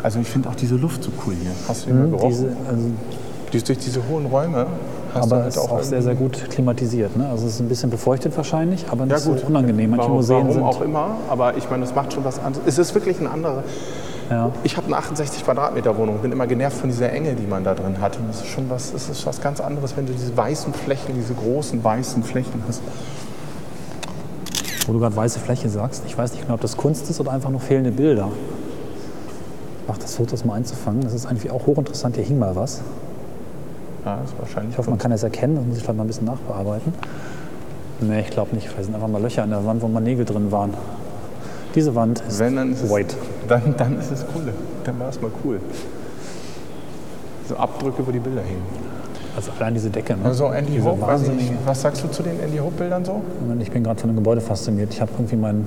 Also ich finde auch diese Luft so cool hier. Hast du die mal gerochen? diese, also die ist durch diese hohen Räume. Hast du aber halt es ist auch sehr, irgendwie- sehr gut klimatisiert. Ne? Also es ist ein bisschen befeuchtet wahrscheinlich, aber Ja nicht gut, so unangenehm. Manche warum, Museen warum sind auch immer, aber ich meine, das macht schon was anderes. Es ist wirklich ein anderer. Ja. Ich habe eine 68 Quadratmeter Wohnung, bin immer genervt von dieser Enge, die man da drin hat. Und es ist schon was, es ist was ganz anderes, wenn du diese weißen Flächen, diese großen weißen Flächen hast. Wo du gerade weiße Fläche sagst, ich weiß nicht genau, ob das Kunst ist oder einfach nur fehlende Bilder. Ach, das Foto ist mal einzufangen. Das ist eigentlich auch hochinteressant. Hier hing mal was. Ja, das ist wahrscheinlich. Ich hoffe, man kann das erkennen. Das muss ich vielleicht mal ein bisschen nachbearbeiten. Nee, ich glaube nicht. Vielleicht sind einfach mal Löcher an der Wand, wo mal Nägel drin waren. Diese Wand ist Wenn, dann ist es, white. Dann, dann ist es cool. Dann war es mal cool. So Abdrücke, wo die Bilder hängen. Also allein diese Decke. Ne? Also Andy diese Hope, weiß ich wahnsinnige- nicht. Was sagst du zu den Andy Hope-Bildern so? Moment, Ich bin gerade von dem Gebäude fasziniert. Ich habe irgendwie meinen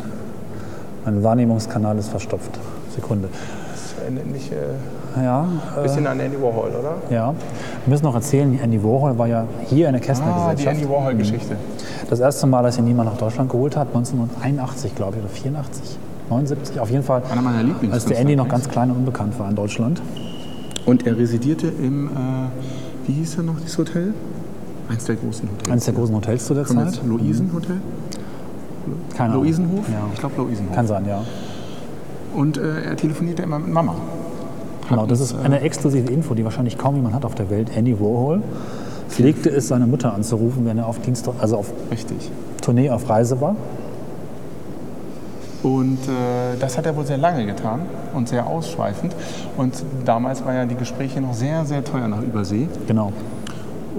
mein Wahrnehmungskanal ist verstopft. Sekunde. Das erinnert mich äh, Ja, äh, ein bisschen an Andy Warhol, oder? ja. Wir müssen noch erzählen, Andy Warhol war ja hier in der Kästner Ah, die Gesellschaft. Andy Warhol-Geschichte. Das erste Mal, dass ihn niemand nach Deutschland geholt hat, 1981, glaube ich, oder 84, 79, auf jeden Fall. Einer meiner Lieblingskünstler Als Also der Andy noch übrigens. ganz klein und unbekannt war in Deutschland. Und er residierte im, äh, wie hieß er noch, dieses Hotel? Eins der großen Hotels. Eines der großen Hotels zu der Kommt Zeit. jetzt Luisenhotel? Keine Ahnung. Luisenhof? Ja. Ich glaube Luisenhof. Kann sein, ja. Und äh, er telefonierte immer mit Mama. Genau, das uns, ist äh, eine exklusive Info, die wahrscheinlich kaum jemand hat auf der Welt. Andy Warhol pflegte es, seine Mutter anzurufen, wenn er auf Dienst, also auf Tournee auf Reise war. Und äh, das hat er wohl sehr lange getan und sehr ausschweifend. Und damals waren ja die Gespräche noch sehr, sehr teuer nach Übersee. Genau.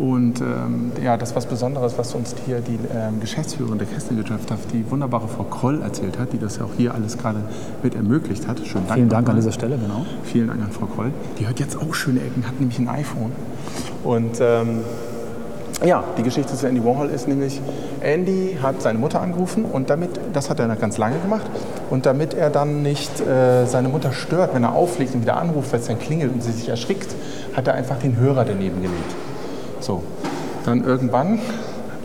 Und ähm, ja, das was Besonderes, was uns hier die ähm, Geschäftsführerin der Kesselgesellschaft, die wunderbare Frau Kroll erzählt hat, die das ja auch hier alles gerade mit ermöglicht hat. Schönen Dank. Vielen Dank an nochmal. dieser Stelle, genau. Vielen Dank an Frau Kroll. Die hört jetzt auch schöne Ecken, hat nämlich ein iPhone. Und ähm, ja, die Geschichte zu Andy Warhol ist nämlich, Andy hat seine Mutter angerufen und damit, das hat er noch ganz lange gemacht, und damit er dann nicht äh, seine Mutter stört, wenn er auflegt und wieder anruft, weil es dann klingelt und sie sich erschrickt, hat er einfach den Hörer daneben gelegt. So, dann irgendwann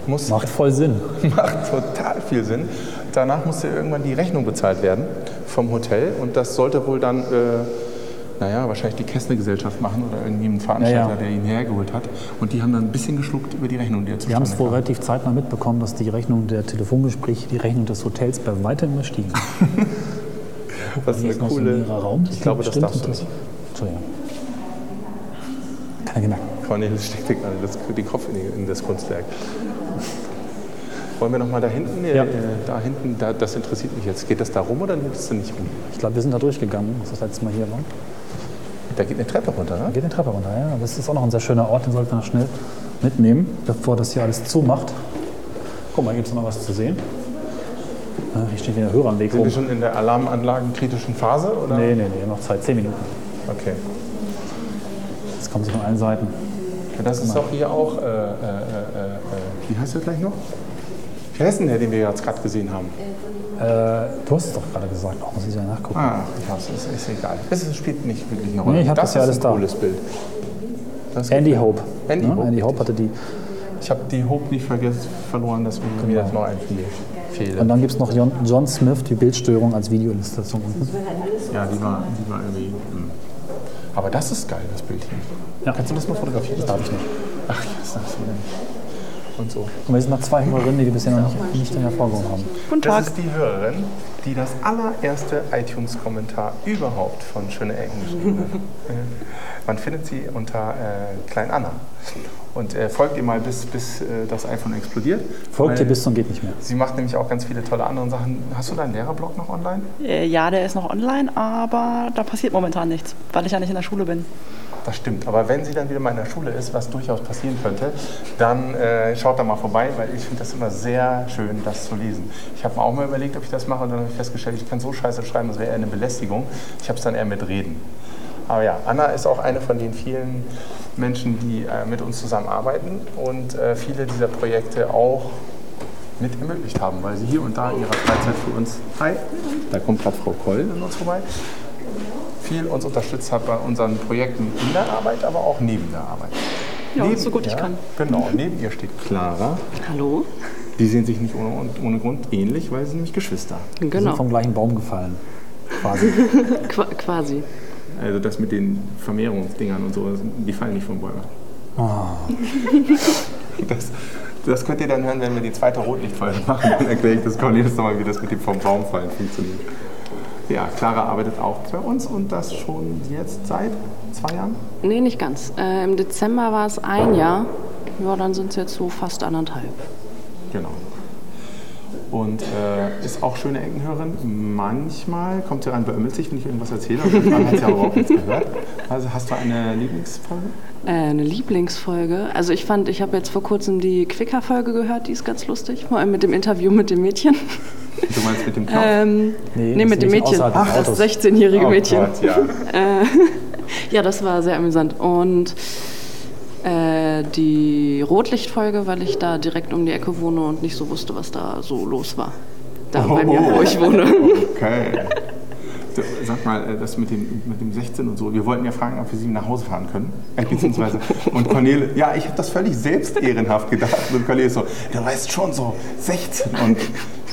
muss... Macht voll Sinn. (laughs) Macht total viel Sinn. Danach musste irgendwann die Rechnung bezahlt werden vom Hotel und das sollte wohl dann... Äh, naja, wahrscheinlich die Kästner-Gesellschaft machen oder irgendwie ein Veranstalter, Ja, ja. der ihn hergeholt hat. Und die haben dann ein bisschen geschluckt über die Rechnung, die er Wir haben es zustande wohl relativ zeitnah mitbekommen, dass die Rechnung der Telefongespräche, die Rechnung des Hotels bei weitem überstiegen. Das ist eine Hier ist noch so ein coole. leerer Raum. Ich glaube, das Bestimmt darfst du nicht. Entschuldigung. Keine Gedanken. Cornelis steckt dir gerade das, den Kopf in, die- in das Kunstwerk. Wollen wir noch mal da hinten? Äh, Ja. äh, da hinten, da, das interessiert mich jetzt. Geht das da rum oder geht das da nicht rum? Ich glaube, wir sind da durchgegangen, als wir das letzte Mal hier waren. Da geht eine Treppe runter, ne? Da geht eine Treppe runter, ja. Das ist auch noch ein sehr schöner Ort, den sollten wir noch schnell mitnehmen, bevor das hier alles zumacht. Guck mal, gibt es noch was zu sehen? Ah, Hier steht wieder ein Hörer am Weg Sind rum. wir schon in der Alarmanlagenkritischen Phase? Oder? Nee, nee, nee, noch Zeit, zehn Minuten. Okay. Das kommt so von allen Seiten. Ja, das ist Guck mal. doch hier auch. Äh, äh, äh, äh, wie heißt das gleich noch? Wie heißt denn der, den wir jetzt gerade gesehen haben? Äh, du hast es doch gerade gesagt, oh, muss ich ja nachgucken. Ah, ich hab's, es ist egal. Es spielt nicht wirklich eine Rolle. Nee, ich hab das ja ist alles ein da. cooles Bild. Das Andy gefällt mir. Hope. Andy ne? Hope. Andy Hope hatte die. Ich habe die Hope nicht vergessen, verloren, dass mir wieder noch ein fehlt. Und dann gibt es noch John, John Smith, die Bildstörung als Videoillustration. Ja, die war, die war irgendwie. hm. Aber das ist geil, das Bild hier. Kannst du das mal fotografieren? Das darf ich nicht. Ach, jetzt darfst du wieder nicht. Und so. Und wir sind noch zwei Hörerinnen, die bisher noch nicht, nicht hervorgehoben haben. Das ist die Hörerin, die das allererste iTunes-Kommentar überhaupt von Schöne Ecken geschrieben hat. Äh, Man findet sie unter äh, Klein Anna. Und äh, folgt ihr mal, bis, bis äh, das iPhone explodiert. Folgt ihr Weil bis zum geht nicht mehr. Sie macht nämlich auch ganz viele tolle andere Sachen. Hast du deinen Lehrerblog noch online? Äh, Ja, der ist noch online, aber da passiert momentan nichts, weil ich ja nicht in der Schule bin. Das stimmt, aber wenn sie dann wieder mal in der Schule ist, was durchaus passieren könnte, dann äh, schaut da mal vorbei, weil ich finde das immer sehr schön, das zu lesen. Ich habe mir auch mal überlegt, ob ich das mache und dann habe ich festgestellt, ich kann so scheiße schreiben, das wäre eher eine Belästigung. Ich habe es dann eher mit Reden. Aber ja, Anna ist auch eine von den vielen Menschen, die äh, mit uns zusammenarbeiten und äh, viele dieser Projekte auch mit ermöglicht haben, weil sie hier und da in ihrer Freizeit für uns, hi, da kommt gerade Frau Koll an uns vorbei, viel uns unterstützt hat bei unseren Projekten in der Arbeit, aber auch neben der Arbeit. Ja, so gut ich kann. Genau, neben ihr steht Clara. Hallo. Die sehen sich nicht ohne, ohne Grund ähnlich, weil sie sind nämlich Geschwister. Wir Genau. Genau. sind vom gleichen Baum gefallen. Quasi. Qua- quasi. Also das mit den Vermehrungsdingern und so, die fallen nicht vom Bäumen. (laughs) Das, das könnt ihr dann hören, wenn wir die zweite Rotlichtfolge machen. Dann erkläre ich das Cornelis nochmal, wie das mit dem vom Baum fallen funktioniert. Ja, Clara arbeitet auch bei uns und das schon jetzt seit zwei Jahren. Nee, nicht ganz. Äh, Im Dezember war es ein Jahr. Ja, dann sind es jetzt so fast anderthalb. Genau. Und äh, ist auch schöne Eckenhörerin. Manchmal kommt sie rein, beömmelt sich, wenn ich irgendwas erzähle. Und man hat sie aber überhaupt nichts gehört. Also hast du eine Lieblingsfolge? Äh, eine Lieblingsfolge. Also ich fand, ich habe jetzt vor kurzem die Quicker-Folge gehört, die ist ganz lustig. Vor allem mit dem Interview mit dem Mädchen. Du meinst mit dem Knopf? Ähm, nee, Nee, mit das dem Mädchen Mädchen. außerhalb des das Autos. 16-jährige Oh Mädchen. Gott, ja. Äh, (laughs) ja, das war sehr amüsant. Und äh, die Rotlichtfolge, weil ich da direkt um die Ecke wohne und nicht so wusste, was da so los war. Da bei mir, wo ich wohne. Okay. So, Sag mal, äh, das mit dem, mit dem 16 und so. Wir wollten ja fragen, ob wir sie nach Hause fahren können. Äh, Beziehungsweise. Und Cornel, ja, ich habe das völlig selbst ehrenhaft gedacht. Und Cornel ist so, du weißt schon so, 16 und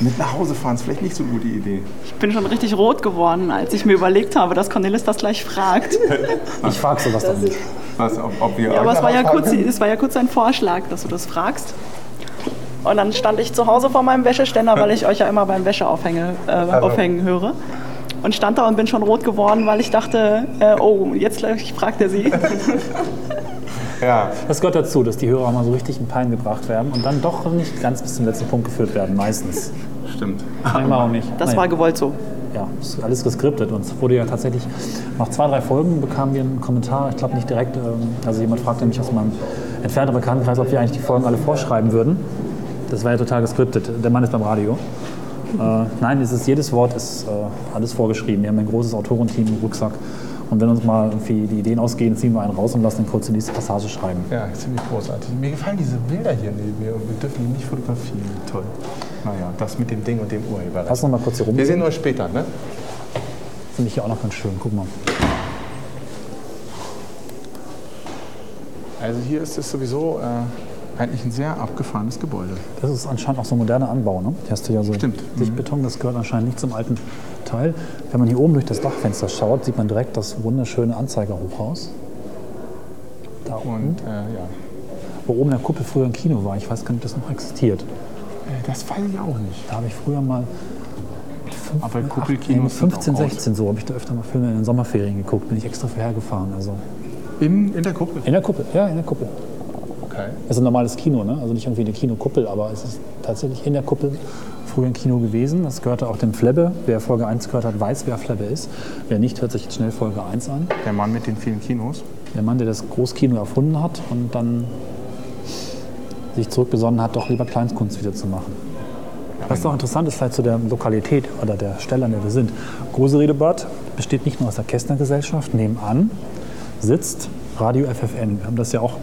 mit nach Hause fahren ist vielleicht nicht so eine gute Idee. Ich bin schon richtig rot geworden, als ich mir überlegt habe, dass Cornelis das gleich fragt. Ich frag sowas doch nicht. was, ob, ob wir Ja, aber es war ja, kurz, nachfragen. es war ja kurz ein Vorschlag, dass du das fragst. Und dann stand ich zu Hause vor meinem Wäscheständer, weil ich euch ja immer beim Wäscheaufhänge, äh, aufhängen höre. Und stand da und bin schon rot geworden, weil ich dachte, äh, oh, jetzt gleich fragt er sie. Ja. Das gehört dazu, dass die Hörer auch mal so richtig in Pein gebracht werden und dann doch nicht ganz bis zum letzten Punkt geführt werden, meistens. Stimmt. Einmal auch nicht. Das war gewollt so. Ja, ist alles geskriptet und es wurde ja tatsächlich, nach zwei, drei Folgen bekamen wir einen Kommentar, ich glaube nicht direkt, ähm, also jemand fragte mich aus meinem entfernten Bekanntenkreis, ob wir eigentlich die Folgen alle vorschreiben würden. Das war ja total geskriptet. Der Mann ist beim Radio. Äh, nein, es ist, jedes Wort ist äh, alles vorgeschrieben. Wir haben ein großes Autorenteam im Rucksack. Und wenn uns mal irgendwie die Ideen ausgehen, ziehen wir einen raus und lassen ihn kurz die nächste Passage schreiben. Ja, ziemlich großartig. Mir gefallen diese Bilder hier neben mir und wir dürfen die nicht fotografieren. Toll. Naja, das mit dem Ding und dem Urheber. Lass noch mal kurz hier rum. Wir sehen uns später, ne? Finde ich hier auch noch ganz schön. Guck mal. Also hier ist es sowieso äh, eigentlich ein sehr abgefahrenes Gebäude. Das ist anscheinend auch so ein moderner Anbau, ne? Hier hast du ja so Stimmt. Dichtbeton, das gehört anscheinend nicht zum alten Teil. Wenn man hier oben durch das Dachfenster schaut, sieht man direkt das wunderschöne Anzeigerhochhaus. Da unten. Und äh, ja, Wo oben in der Kuppel früher ein Kino war. Ich weiß gar nicht, ob das noch existiert. Äh, das weiß ich auch nicht. Da habe ich früher mal mit fünf- Aber mit acht- Kuppelkinos nee, mit sind auch 15, aus. 16 so habe ich da öfter mal Filme in den Sommerferien geguckt. Bin ich extra vorher gefahren. Also. In, in der Kuppel? In der Kuppel, ja, in der Kuppel. Okay. Es ist ein normales Kino, ne? also nicht irgendwie eine Kinokuppel, aber es ist tatsächlich in der Kuppel früher ein Kino gewesen. Das gehörte auch dem Flebbe. Wer Folge 1 gehört hat, weiß, wer Flebbe ist. Wer nicht, hört sich jetzt schnell Folge 1 an. Der Mann mit den vielen Kinos. Der Mann, der das Großkino erfunden hat und dann sich zurückbesonnen hat, doch lieber Kleinkunst wieder zu machen. Was noch interessant ist, vielleicht zu der Lokalität oder der Stelle, an der wir sind. Großeredebad besteht nicht nur aus der Kästner-Gesellschaft. Nebenan sitzt Radio FFN. Wir haben das ja auch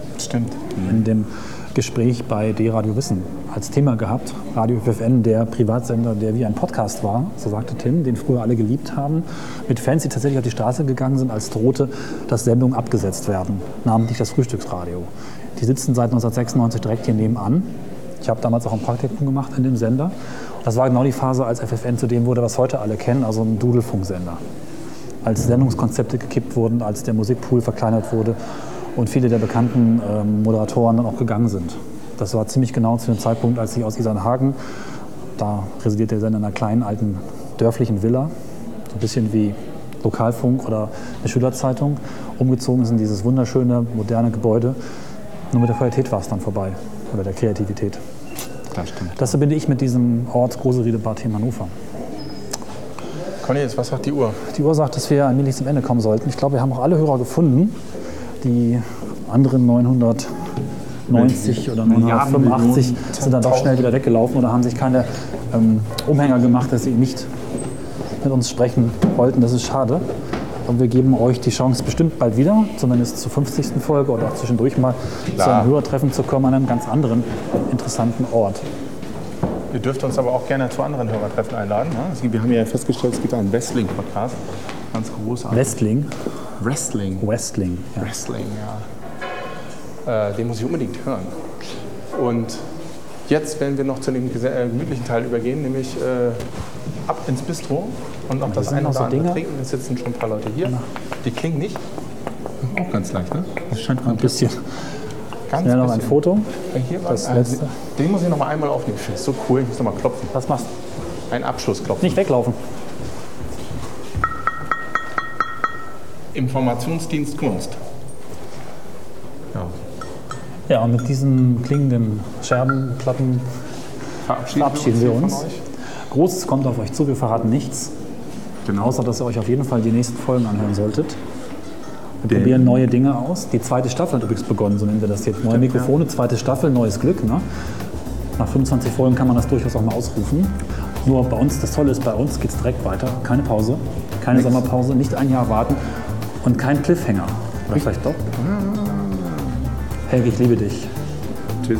in dem Gespräch bei D-Radio Wissen als Thema gehabt. Radio FFN, der Privatsender, der wie ein Podcast war, so sagte Tim, den früher alle geliebt haben, mit Fans, die tatsächlich auf die Straße gegangen sind, als drohte, dass Sendungen abgesetzt werden, namentlich das Frühstücksradio. Die sitzen seit 1996 direkt hier nebenan. Ich habe damals auch ein Praktikum gemacht in dem Sender. Das war genau die Phase, als FFN zu dem wurde, was heute alle kennen, also ein Dudelfunksender als Sendungskonzepte gekippt wurden, als der Musikpool verkleinert wurde und viele der bekannten ähm, Moderatoren dann auch gegangen sind. Das war ziemlich genau zu dem Zeitpunkt, als ich aus Isernhagen, da residiert der Sender in einer kleinen alten dörflichen Villa, so ein bisschen wie Lokalfunk oder eine Schülerzeitung, umgezogen ist in dieses wunderschöne, moderne Gebäude. Nur mit der Qualität war es dann vorbei oder der Kreativität. Das stimmt. Das verbinde ich mit diesem Ort Großeriedebad in Hannover. Cornelis, was sagt die Uhr? Die Uhr sagt, dass wir allmählich zum Ende kommen sollten. Ich glaube, wir haben auch alle Hörer gefunden. Die anderen 990 oder Milliarden, 985 Millionen, sind dann doch schnell wieder weggelaufen oder haben sich keine ähm, Umhänger gemacht, dass sie nicht mit uns sprechen wollten. Das ist schade. Und wir geben euch die Chance, bestimmt bald wieder, zumindest zur 50. Folge oder auch zwischendurch mal zu Klar. einem Hörertreffen zu kommen an einem ganz anderen interessanten Ort. Ihr dürft uns aber auch gerne zu anderen Hörertreffen einladen. Ne? Es gibt- Wir haben ja festgestellt, es gibt einen Wrestling-Podcast. Ganz großartig. Westling. Wrestling. Wrestling. Ja. Wrestling, ja. Äh, den muss ich unbedingt hören. Und jetzt werden wir noch zu dem gese- äh, gemütlichen Teil übergehen, nämlich äh, ab ins Bistro und noch das sind eine noch oder so Genau. andere Dinger. trinken. Es sitzen schon ein paar Leute hier. Die klingen nicht. Auch ganz leicht, ne? Das scheint Ein bisschen. Ganz Schnell noch ein bisschen. Foto. Äh, Hier war Das äh, letzte. Den muss ich noch mal einmal aufnehmen. Ich finde so cool. Ich muss noch mal klopfen. Was machst du? Ein Abschlussklopfen. Nicht weglaufen. Informationsdienst Kunst. Ja. Ja, und mit diesen klingenden Scherbenplatten verabschieden, verabschieden wir uns. hier von Großes kommt auf euch zu, wir verraten nichts. Außer, dass ihr euch auf jeden Fall die nächsten Folgen anhören solltet. Wir Denn- probieren neue Dinge aus. Die zweite Staffel hat übrigens begonnen, so nennen wir das jetzt. Neue Mikrofone, zweite Staffel, neues Glück. Ne? Nach 25 Folgen kann man das durchaus auch mal ausrufen. Nur bei uns, das Tolle ist, bei uns geht es direkt weiter. Keine Pause, keine Sommerpause, nicht ein Jahr warten und kein Cliffhanger. Oder vielleicht doch? Helge, ich liebe dich. Tschüss.